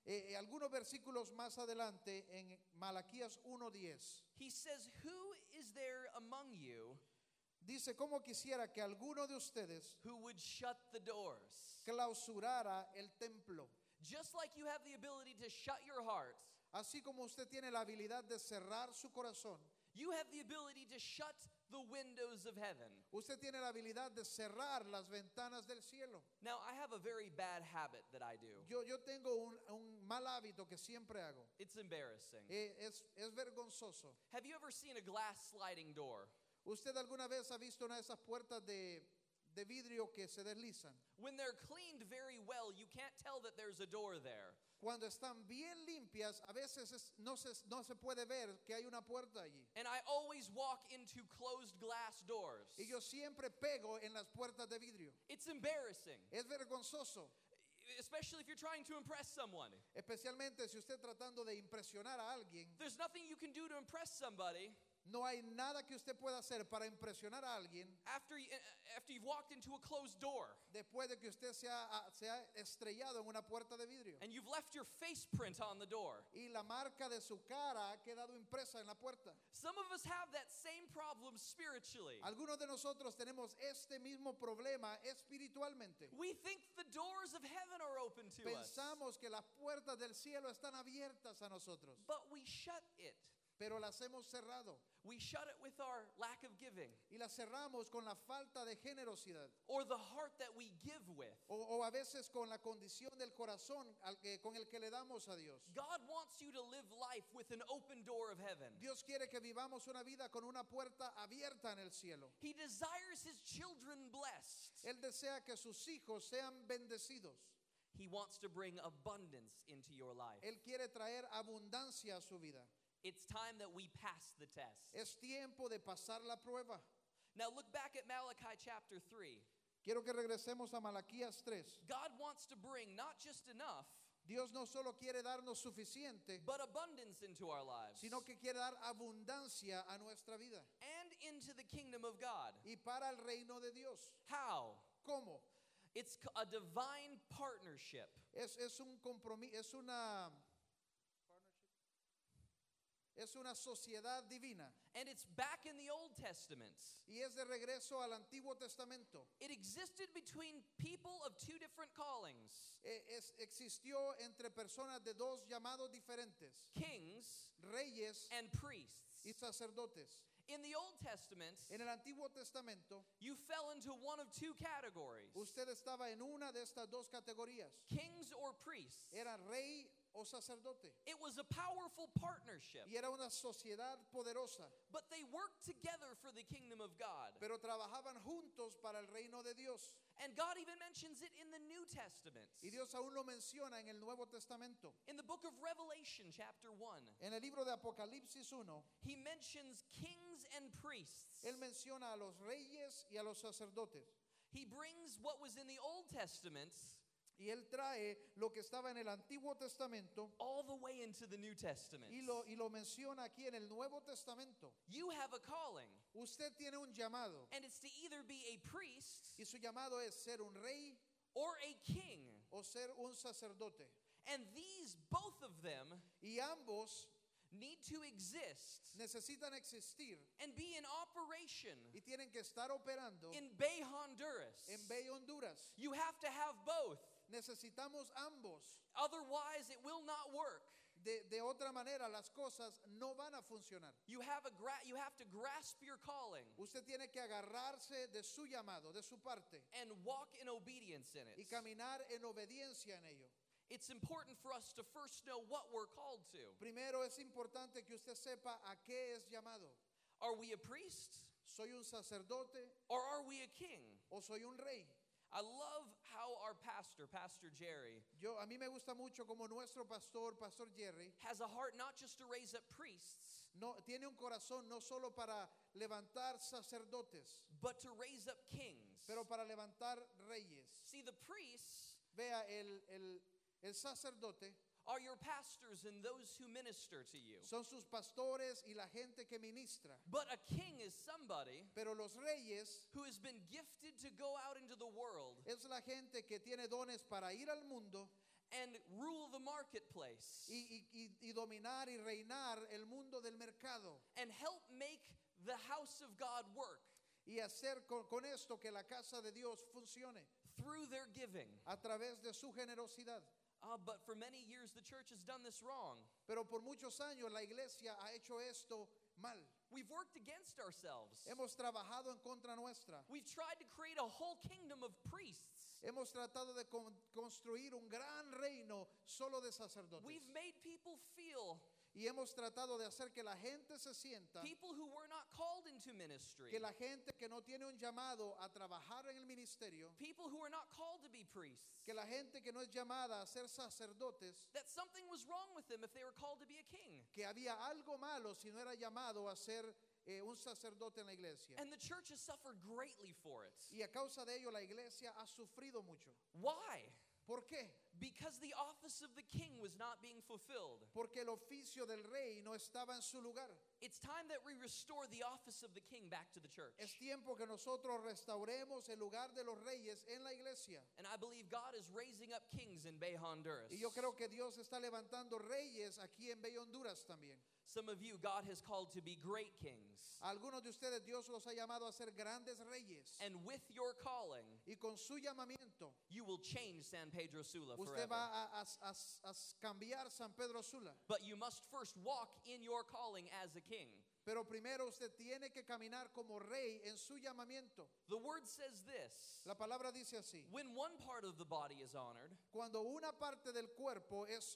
Eh, eh, algunos versículos más adelante en Malaquías 1:10
he says, Who is there among you
dice, "Cómo quisiera que alguno de ustedes
who would shut the doors?
clausurara el templo,
Just like you have the ability to shut your heart,
así como usted tiene la habilidad de cerrar su corazón,
you have the ability to shut the windows of heaven.
usted tiene la habilidad de cerrar las ventanas del cielo."
Now, I have a very bad habit that I do.
Yo, yo tengo un, un mal hábito que siempre hago.
It's embarrassing.
Eh, es, es vergonzoso.
Have you ever seen a glass sliding door?
¿Usted alguna vez ha visto una de esas puertas de, de vidrio que se deslizan.
When they're cleaned very well, you can't tell that there's a door there.
Cuando están bien limpias, a veces es- no, se, no se puede ver que hay una puerta allí.
And I always walk into closed glass doors.
Y yo siempre pego en las puertas de vidrio.
It's embarrassing,
Es vergonzoso,
especially if you're trying to impress someone.
especialmente si usted tratando de impresionar a alguien.
There's nothing you can do to impress somebody
No hay nada que usted pueda hacer para impresionar a alguien
after, you, eh, after you've walked into a closed door
después de que usted se ha, se ha estrellado en una puerta de vidrio.
and you've left your face print on the door.
Y la marca de su cara ha quedado impresa en la puerta.
Some of us have that same problem spiritually.
Algunos de nosotros tenemos este mismo problema espiritualmente.
We think the doors of heaven are open to us,
Pensamos que las puertas del cielo están abiertas a nosotros,
but we shut it.
pero las hemos cerrado
We shut it with our lack of giving
y las cerramos con la falta de generosidad
or the heart that we give with.
o, o a veces con la condición del corazón al que- con el que le damos a Dios.
God wants you to live life with an open door of heaven.
Dios quiere que vivamos una vida con una puerta abierta en el cielo.
He desires his children blessed.
Él desea que sus hijos sean bendecidos.
He wants to bring abundance into your life.
Él quiere traer abundancia a su vida.
It's time that we pass the test.
Es tiempo de pasar la prueba.
Now look back at Malachi chapter 3.
Quiero que regresemos a Malaquías 3.
God wants to bring not just enough,
Dios no solo quiere darnos suficiente,
but abundance into our lives
sino que quiere dar abundancia a nuestra vida
and into the kingdom of God.
y para el reino de Dios.
How?
¿Cómo?
It's c- a divine partnership.
Es, es un compromiso, es una es una sociedad divina
And it's back in the Old Testament.
y es de regreso al Antiguo Testamento.
It existed between people of two different callings
E- es- existió entre personas de dos llamados diferentes,
kings
reyes
and priests.
y sacerdotes.
In the Old Testament,
En el Antiguo Testamento,
you fell into one of two categories
usted estaba en una de estas dos categorías.
kings or priests.
Era rey o sacerdote.
It was a powerful partnership,
Y era una sociedad poderosa,
but they worked together for the kingdom of God.
pero trabajaban juntos para el reino de Dios.
And God even mentions it in the New Testament.
Y Dios aún lo menciona en el Nuevo Testamento.
In the book of Revelation, chapter 1,
En el libro de Apocalipsis 1,
he mentions kings and priests.
Él menciona a los reyes y a los sacerdotes.
He brings what was in the Old Testament
Y Él trae lo que estaba en el Antiguo Testamento
all the way into the New Testament.
y lo, y lo menciona aquí en el Nuevo Testamento.
You have a calling,
Usted tiene un llamado
and it's to either be a priest
y su llamado es ser un rey
or a king.
o ser un sacerdote.
And these, both of them,
Y ambos
need to exist
necesitan existir
and be in operation
y tienen que estar operando
in Bay, Honduras.
en Bello, Honduras.
You have to have both,
Necesitamos ambos.
otherwise, it will not work.
De, de otra manera las cosas no van a funcionar.
You have, a gra- you have to grasp your calling
Usted tiene que agarrarse de su llamado, de su parte,
and walk in obedience in it.
y caminar en obediencia en ello.
It's important for us to first know what we're called to.
Primero es importante que usted sepa a qué es llamado.
Are we a priest
¿Soy un sacerdote
or are we a king?
o soy un rey?
I love how our pastor, Pastor Jerry,
Yo a mí me gusta mucho como nuestro pastor, pastor Jerry,
has a heart not just to raise up priests,
no tiene un corazón no solo para levantar sacerdotes,
but to raise up kings.
pero para levantar reyes.
See, the priests
Vea el- el- el sacerdote
are your pastors and those who minister to you.
son sus pastores y la gente que ministra.
But a king is somebody
Pero los reyes
who has been gifted to go out into the world
es la gente que tiene dones para ir al mundo
and rule the marketplace
y, y- y- y dominar y reinar el mundo del mercado
and help make the house of God work
y hacer con, con esto que la casa de Dios funcione
through their giving.
a través de su generosidad.
Ah, but for many years, the church has done this wrong.
Pero por muchos años la iglesia ha hecho esto mal.
We've worked against ourselves.
Hemos trabajado en contra nuestra.
We've tried to create a whole kingdom of priests.
Hemos tratado de con- construir un gran reino solo de sacerdotes.
We've made people feel
y hemos tratado de hacer que la gente se sienta
People who were not called into ministry.
que la gente que no tiene un llamado a trabajar en el ministerio,
People who are not called to be priests.
que la gente que no es llamada a ser sacerdotes,
That something was wrong with them if they were called to be a king.
que había algo malo si no era llamado a ser eh, un sacerdote en la iglesia.
And the church has suffered greatly for it.
Y a causa de ello la iglesia ha sufrido mucho.
Why?
¿Por qué?
Because the office of the king was not being fulfilled.
Porque el oficio del rey no estaba en su lugar.
It's time that we restore the office of the king back to the church.
Es tiempo que nosotros restauremos el lugar de los reyes en la iglesia.
And I believe God is raising up kings in Bay, Honduras.
Y yo creo que Dios está levantando reyes aquí en Bello Honduras también.
Some of you, God has called to be great kings.
A algunos de ustedes Dios los ha llamado a ser grandes reyes.
And with your calling,
Y con su llamamiento,
you will change San Pedro Sula
usted
forever.
va a, a- a- a- a cambiar San Pedro Sula.
But you must first walk in your calling as a king.
Pero primero usted tiene que caminar como rey en su llamamiento.
The word says this
La palabra dice así.
when one part of the body is honored,
Cuando una parte del cuerpo es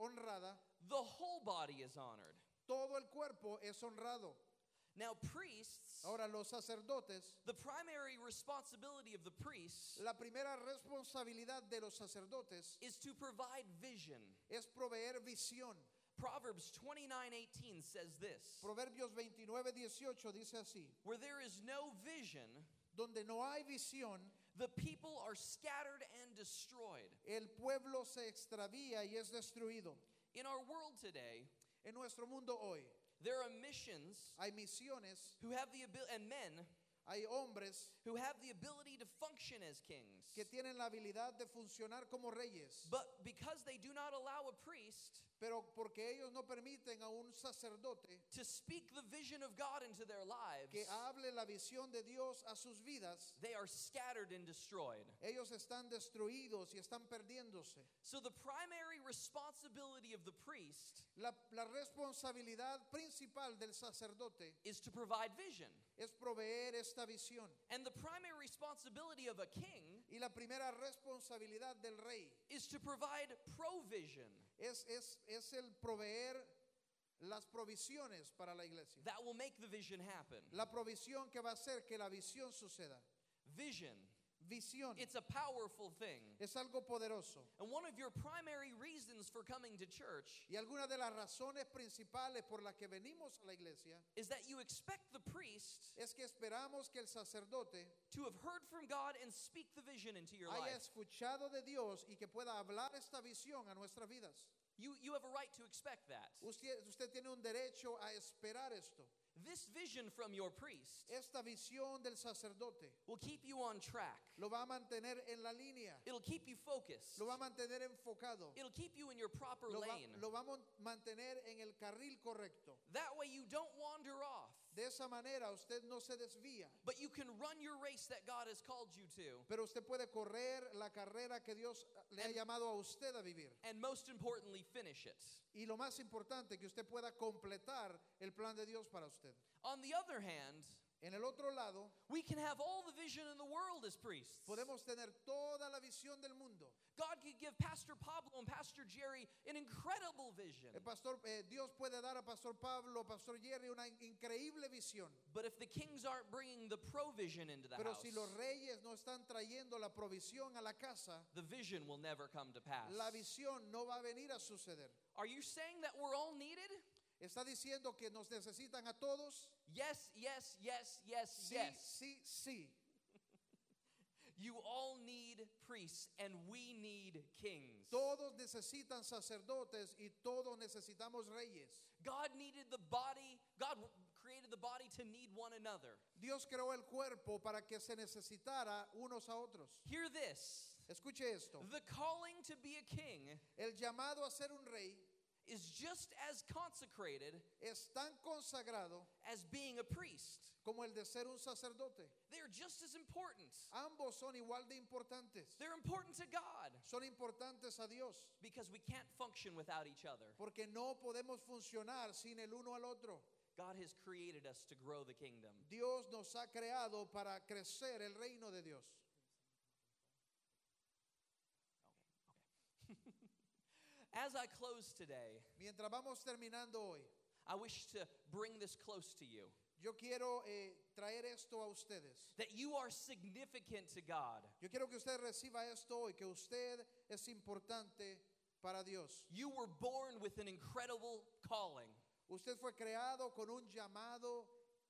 honrada,
the whole body is honored.
todo el cuerpo es honrado.
Now, priests,
Ahora los sacerdotes,
the primary responsibility of the priests
la primera responsabilidad de los sacerdotes
is to provide vision.
es proveer visión.
Proverbs 29:18 says this.
Proverbios 29, 18 dice así,
Where there is no vision,
donde no hay visión,
the people are scattered and destroyed.
el pueblo se extravía y es destruido.
In our world today,
En nuestro mundo hoy
there are missions
hay misiones,
who have the abil- and men
hay hombres
who have the ability to function as kings.
que tienen la habilidad de funcionar como reyes,
But because they do not allow a priest
pero porque ellos no permiten a un sacerdote
to speak the vision of God into their lives,
que hable la visión de Dios a sus vidas,
they are scattered and destroyed.
ellos están destruidos y están perdiéndose.
So the primary responsibility of the priest
La, la responsabilidad principal del sacerdote
is to provide vision.
es proveer esta visión.
And the primary responsibility of a king
Y la primera responsabilidad del rey
is to provide provision
es, es, es el proveer las provisiones para la iglesia.
that will make the vision happen.
La provisión que va a hacer que la visión suceda.
Vision.
Visión
It's a powerful thing.
es algo poderoso.
And one of your primary reasons for coming to church
Y alguna de las razones principales por las que venimos a la iglesia
is that you expect the priest
es que esperamos que el sacerdote
to have heard from God and speak the vision into your
haya
life.
escuchado de Dios y que pueda hablar esta visión a nuestras vidas.
You, you have a right to expect that.
Usted, usted tiene un derecho a esperar esto.
This vision from your priest
Esta visión del sacerdote
will keep you on track,
lo va a mantener en la línea,
it'll keep you focused,
lo va a mantener enfocado,
it'll keep you in your proper
lo va,
lane.
lo va a mon- mantener en el carril correcto.
That way, you don't wander off,
De esa manera usted no se desvía,
but you can run your race that God has called you to.
pero usted puede correr la carrera que Dios le ha
And-
llamado a usted a vivir.
And most importantly, finish it.
Y lo más importante, que usted pueda completar el plan de Dios para usted.
On the other hand,
En el otro lado,
we can have all the vision in the world as priests.
podemos tener toda la visión del mundo.
God could give Pastor Pablo and Pastor Jerry an incredible vision.
El pastor, eh, Dios puede dar a Pastor Pablo, Pastor Jerry, una in- increíble visión.
But if the kings aren't bringing the provision into the
Pero
house,
si los reyes no están trayendo la provisión a la casa,
the vision will never come to pass.
la visión no va a venir a suceder.
Are you saying that we're all needed?
Está diciendo que nos necesitan a todos.
Yes, yes, yes, yes,
Sí,
yes.
sí, sí.
You all need priests and we need kings.
Todos necesitan sacerdotes y todos necesitamos reyes.
God needed the body, God created the body to need one another.
Dios creó el cuerpo para que se necesitara unos a otros.
Hear this.
Escuche esto.
The calling to be a king
El llamado a ser un rey
is just as consecrated
es tan consagrado
as being a priest.
como el de ser un sacerdote.
They're just as important.
Ambos son igual de importantes.
They're important to God
Son importantes a Dios
because we can't function without each other.
porque no podemos funcionar sin el uno al otro.
God has created us to grow the kingdom.
Dios nos ha creado para crecer el reino de Dios.
As I close today,
Mientras vamos terminando hoy,
I wish to bring this close to you
yo quiero eh, traer esto a ustedes.
that you are significant to God.
Yo quiero que usted reciba esto hoy, que usted es importante para Dios.
You were born with an incredible calling.
Usted fue creado con un llamado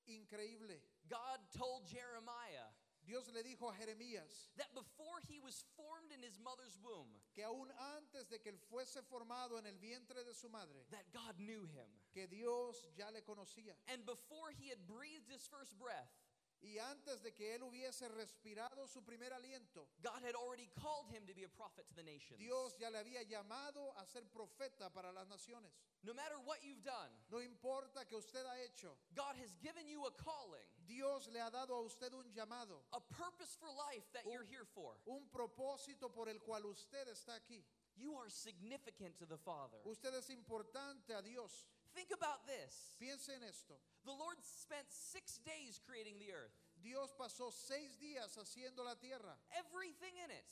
increíble.
God told Jeremiah
Dios le dijo a Jeremías
that before he was formed in his mother's womb,
que aún antes de que él fuese formado en el vientre de su madre,
that God knew him.
que Dios ya le conocía.
And before he had breathed his first breath,
Y antes de que él hubiese respirado su primer aliento,
God had already called him to be a prophet to the nations.
Dios ya le había llamado a ser profeta para las naciones.
No matter what you've done,
No importa que usted ha hecho,
God has given you a calling,
Dios le ha dado a usted un llamado,
a purpose for life that you're here for.
un propósito por el cual usted está aquí.
You are significant to the Father.
Usted es importante a Dios.
Think about this.
Piense en esto.
The Lord spent six days creating the earth,
Dios pasó seis días haciendo la tierra.
everything in it,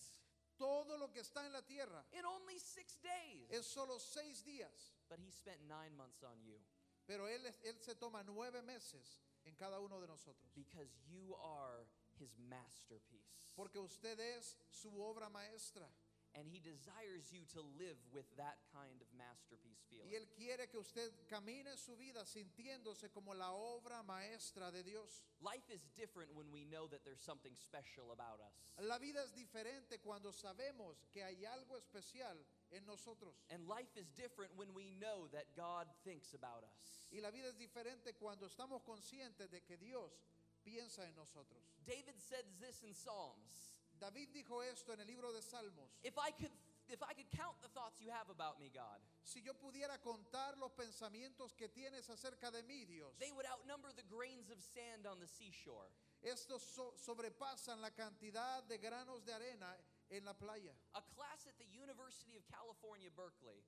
Todo lo que está en la tierra
in only six days.
es solo seis días,
But He spent nine months on you
pero Él, es- él se toma nueve meses en cada uno de nosotros.
because you are His masterpiece.
Porque usted es su obra maestra.
And He desires you to live with that kind of masterpiece
Y
feeling.
Él quiere que usted camine su vida sintiéndose como la obra maestra de Dios.
Life is different when we know that there's something special about us.
La vida es diferente cuando sabemos que hay algo especial en nosotros.
And life is different when we know that God thinks about us.
Y la vida es diferente cuando estamos conscientes de que Dios piensa en nosotros.
David says this in Psalms
David dijo esto en el libro de Salmos.
If I could if I could count the thoughts you have about me, God,
Si yo pudiera contar los pensamientos que tienes acerca de mí, Dios,
they would outnumber the grains of sand on the seashore.
estos so- sobrepasan la cantidad de granos de arena en la playa.
A class at the University of California, Berkeley,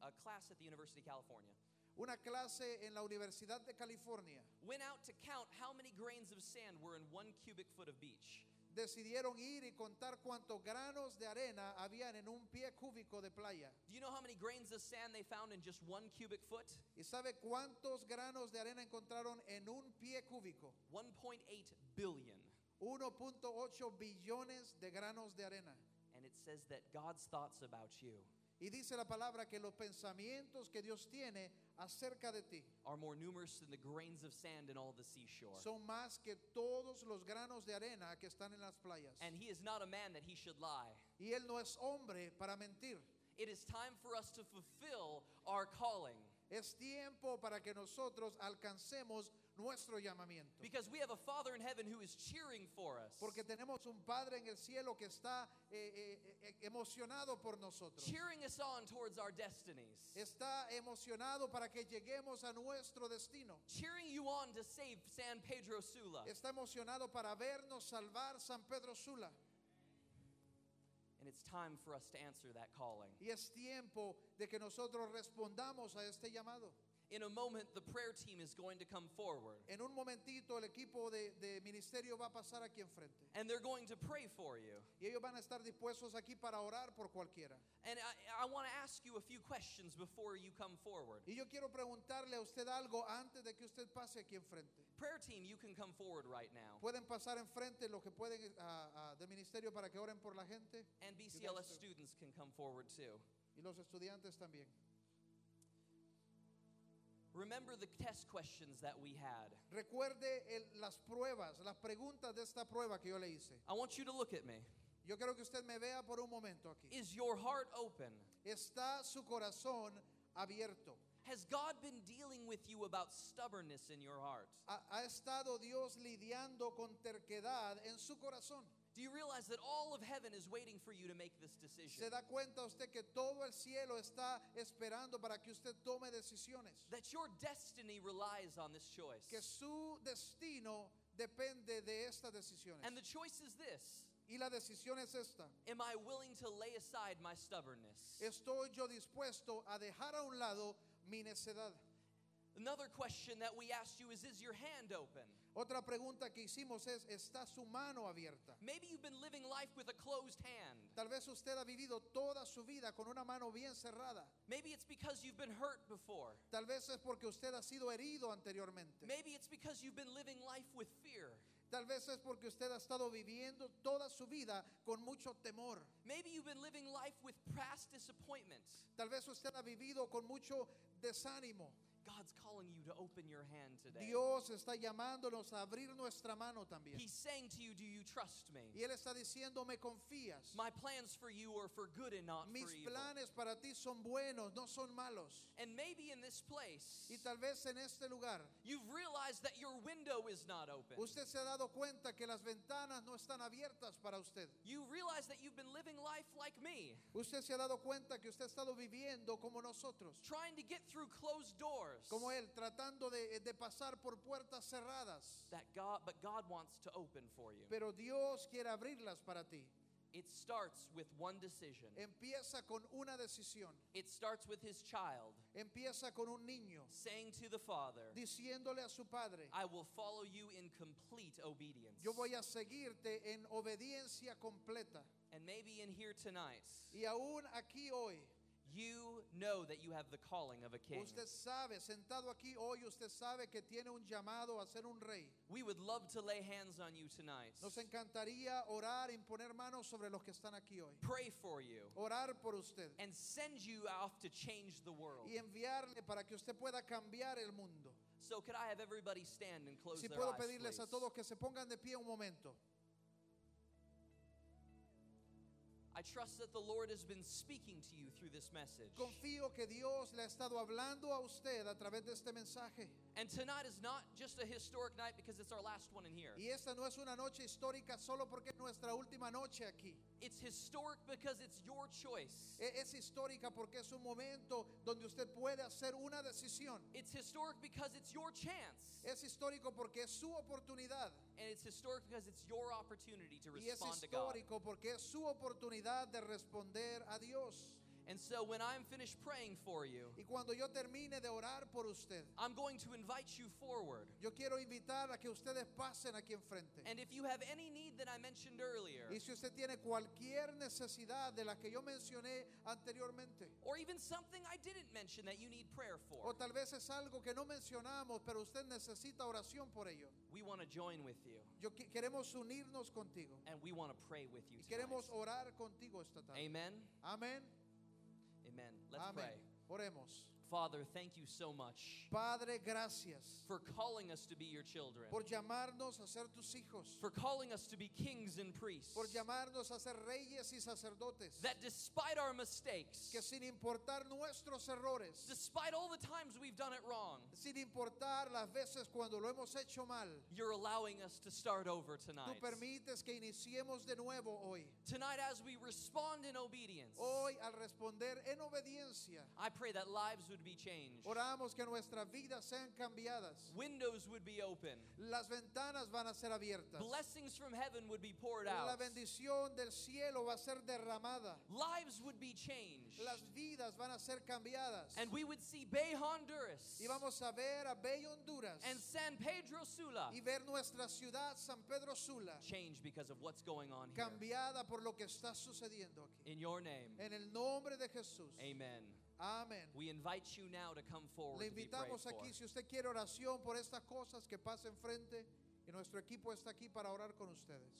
a class at the University of California,
Una clase en la Universidad de California
went out to count how many grains of sand were in one cubic foot of beach.
decidieron ir y contar cuántos granos de arena habían en un pie cúbico de playa.
Do you know how many grains of sand they found in just one cubic foot?
¿Y sabe cuántos granos de arena encontraron en un pie cúbico?
1.8 billion.
1.8 billones de granos de arena.
And it says that God's thoughts about you
Y dice la palabra que los pensamientos que Dios tiene acerca de ti
are more numerous than the grains of sand in all the seashore.
son más que todos los granos de arena que están en las playas.
and he is not a man that he should lie.
Y él no es hombre para mentir.
It is time for us to fulfill our calling
Es tiempo para que nosotros alcancemos nuestro llamamiento.
because we have a Father in heaven who is cheering for us,
Porque tenemos un Padre en el cielo que está eh, eh, eh, emocionado por nosotros.
cheering us on towards our destinies,
Está emocionado para que lleguemos a nuestro destino.
cheering you on to save San Pedro Sula.
Está emocionado para vernos salvar San Pedro Sula.
And it's time for us to answer that calling.
Y es tiempo de que nosotros respondamos a este llamado.
In a moment, the prayer team is going to come forward
En un momentito el equipo de, de ministerio va a pasar aquí enfrente.
and they're going to pray for you.
Y ellos van a estar dispuestos aquí para orar por cualquiera.
And I, I want to ask you a few questions before you come forward.
Y yo quiero preguntarle a usted algo antes de que usted pase aquí enfrente.
Prayer team, you can come forward right now.
Pueden pasar enfrente los que pueden ah, ah, del ministerio para que oren por la gente
And
guys
BCLS
too.
students can come forward too.
y los estudiantes también.
Remember the test questions that we had.
Recuerde el- las pruebas, las preguntas de esta prueba que yo le hice.
I want you to look at me.
Yo quiero que usted me vea por un momento aquí.
Is your heart open?
¿Está su corazón abierto?
Has God been dealing with you about stubbornness in your heart?
¿Ha, ha estado Dios lidiando con terquedad en su corazón?
Do you realize that all of heaven is waiting for you to make this decision?
¿Se da cuenta usted que todo el cielo está esperando para que usted tome decisiones?
That your destiny relies on this choice.
Que su destino depende de estas decisiones.
And the choice is this
Y la decisión es esta.
Am I willing to lay aside my stubbornness?
¿Estoy yo dispuesto a dejar a un lado mi necedad?
Another question that we asked you is Is your hand open?
Otra pregunta que hicimos es, ¿está su mano abierta?
Maybe you've been living life with a closed hand.
Tal vez usted ha vivido toda su vida con una mano bien cerrada.
Maybe it's because you've been hurt before.
Tal vez es porque usted ha sido herido anteriormente.
Maybe it's because you've been living life with fear.
Tal vez es porque usted ha estado viviendo toda su vida con mucho temor.
Maybe you've been living life with past disappointments.
Tal vez usted ha vivido con mucho desánimo.
God's calling you to open your hand today.
Dios está llamándonos a abrir nuestra mano también.
He's saying to you, Do you trust me?
Y Él está diciendo, me confías.
My plans for you are for good and not for
Mis
evil.
planes para ti son buenos, no son malos.
And maybe in this place,
Y tal vez en este lugar
you've realized that your window is not open.
usted se ha dado cuenta que las ventanas no están abiertas para usted.
You realize that you've been living life like me,
Usted se ha dado cuenta que usted ha estado viviendo como nosotros,
trying to get through closed doors.
como Él, tratando de, de pasar por puertas cerradas.
That God, but God wants to open for you.
Pero Dios quiere abrirlas para ti.
It starts with one decision.
Empieza con una decisión.
It starts with his child
Empieza con un niño
saying to the father,
diciéndole a su padre,
I will follow you in complete obedience.
yo voy a seguirte en obediencia completa.
And maybe in here tonight,
Y aún aquí hoy,
you know that you have the calling of a king.
usted sabe, sentado aquí hoy, usted sabe que tiene un llamado a ser un rey.
We would love to lay hands on you tonight.
Nos encantaría orar, imponer manos sobre los que están aquí hoy.
Pray for you
Orar por usted
and send you off to change the world.
y enviarle para que usted pueda cambiar el mundo.
So could I have everybody stand and close
Si
their
puedo
eyes,
pedirles a
please?
todos que se pongan de pie un momento.
I trust that the Lord has been speaking to you through this message.
Confío que Dios le ha estado hablando a usted a través de este mensaje.
And tonight is not just a historic night because it's our last one in here.
Y esta no es una noche histórica solo porque es nuestra última noche aquí.
It's historic because it's your choice.
E- Es histórica porque es un momento donde usted puede hacer una decisión.
It's historic because it's your chance.
Es histórico porque es su oportunidad.
And it's historic because it's your opportunity to
Y es
respond to God.
histórico porque es su oportunidad de responder a Dios.
And so when I'm finished praying for you,
Y cuando yo termine de orar por usted,
I'm going to invite you forward.
yo quiero invitar a que ustedes pasen aquí enfrente.
And if you have any need that I mentioned earlier,
Y si usted tiene cualquier necesidad de las que yo mencioné anteriormente,
or even something I didn't mention that you need prayer
o
for,
tal vez es algo que no mencionamos, pero usted necesita oración por ello,
we want to join with you
yo qui- queremos unirnos contigo
and we want to pray with you.
y
Tonight.
queremos orar contigo esta tarde.
Amen.
Amén.
Amen. Let's
Amén.
pray.
Oremos.
Father, thank you so much
Padre, gracias
for calling us to be your children,
por llamarnos a ser tus hijos,
for calling us to be kings and priests.
por llamarnos a ser reyes y sacerdotes,
That despite our mistakes,
que sin importar nuestros errores,
despite all the times we've done it wrong,
sin importar las veces cuando lo hemos hecho mal,
you're allowing us to start over tonight.
tú permites que iniciemos de nuevo hoy.
Tonight, as we respond in obedience,
Hoy al responder en obediencia,
I pray that lives would be changed,
oramos que nuestras vidas sean cambiadas.
windows would be open,
Las ventanas van a ser abiertas.
blessings from heaven would be poured
La
out,
bendición del cielo va a ser derramada.
lives would be changed,
Las vidas van a ser cambiadas.
and we would see Bay Honduras
Y vamos a ver a Bello Honduras
and San Pedro Sula
y ver nuestra ciudad San Pedro Sula
change because of what's going on here.
cambiada por lo que está sucediendo aquí.
In your name,
En el nombre de Jesús.
amen.
Amén.
We invite you now to come forward.
Le
to be prayed
invitamos aquí
for.
si usted quiere oración por estas cosas que pasa enfrente y nuestro equipo está aquí para orar con ustedes.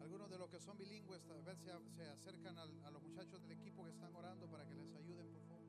algunos de los que son bilingües, tal vez se, a- se acercan al- a los muchachos del equipo que están orando para que les ayuden, por favor.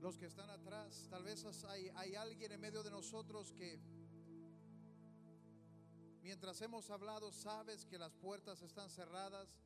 los que están atrás, tal vez as- hay, hay alguien en medio de nosotros que mientras hemos hablado sabes que las puertas están cerradas,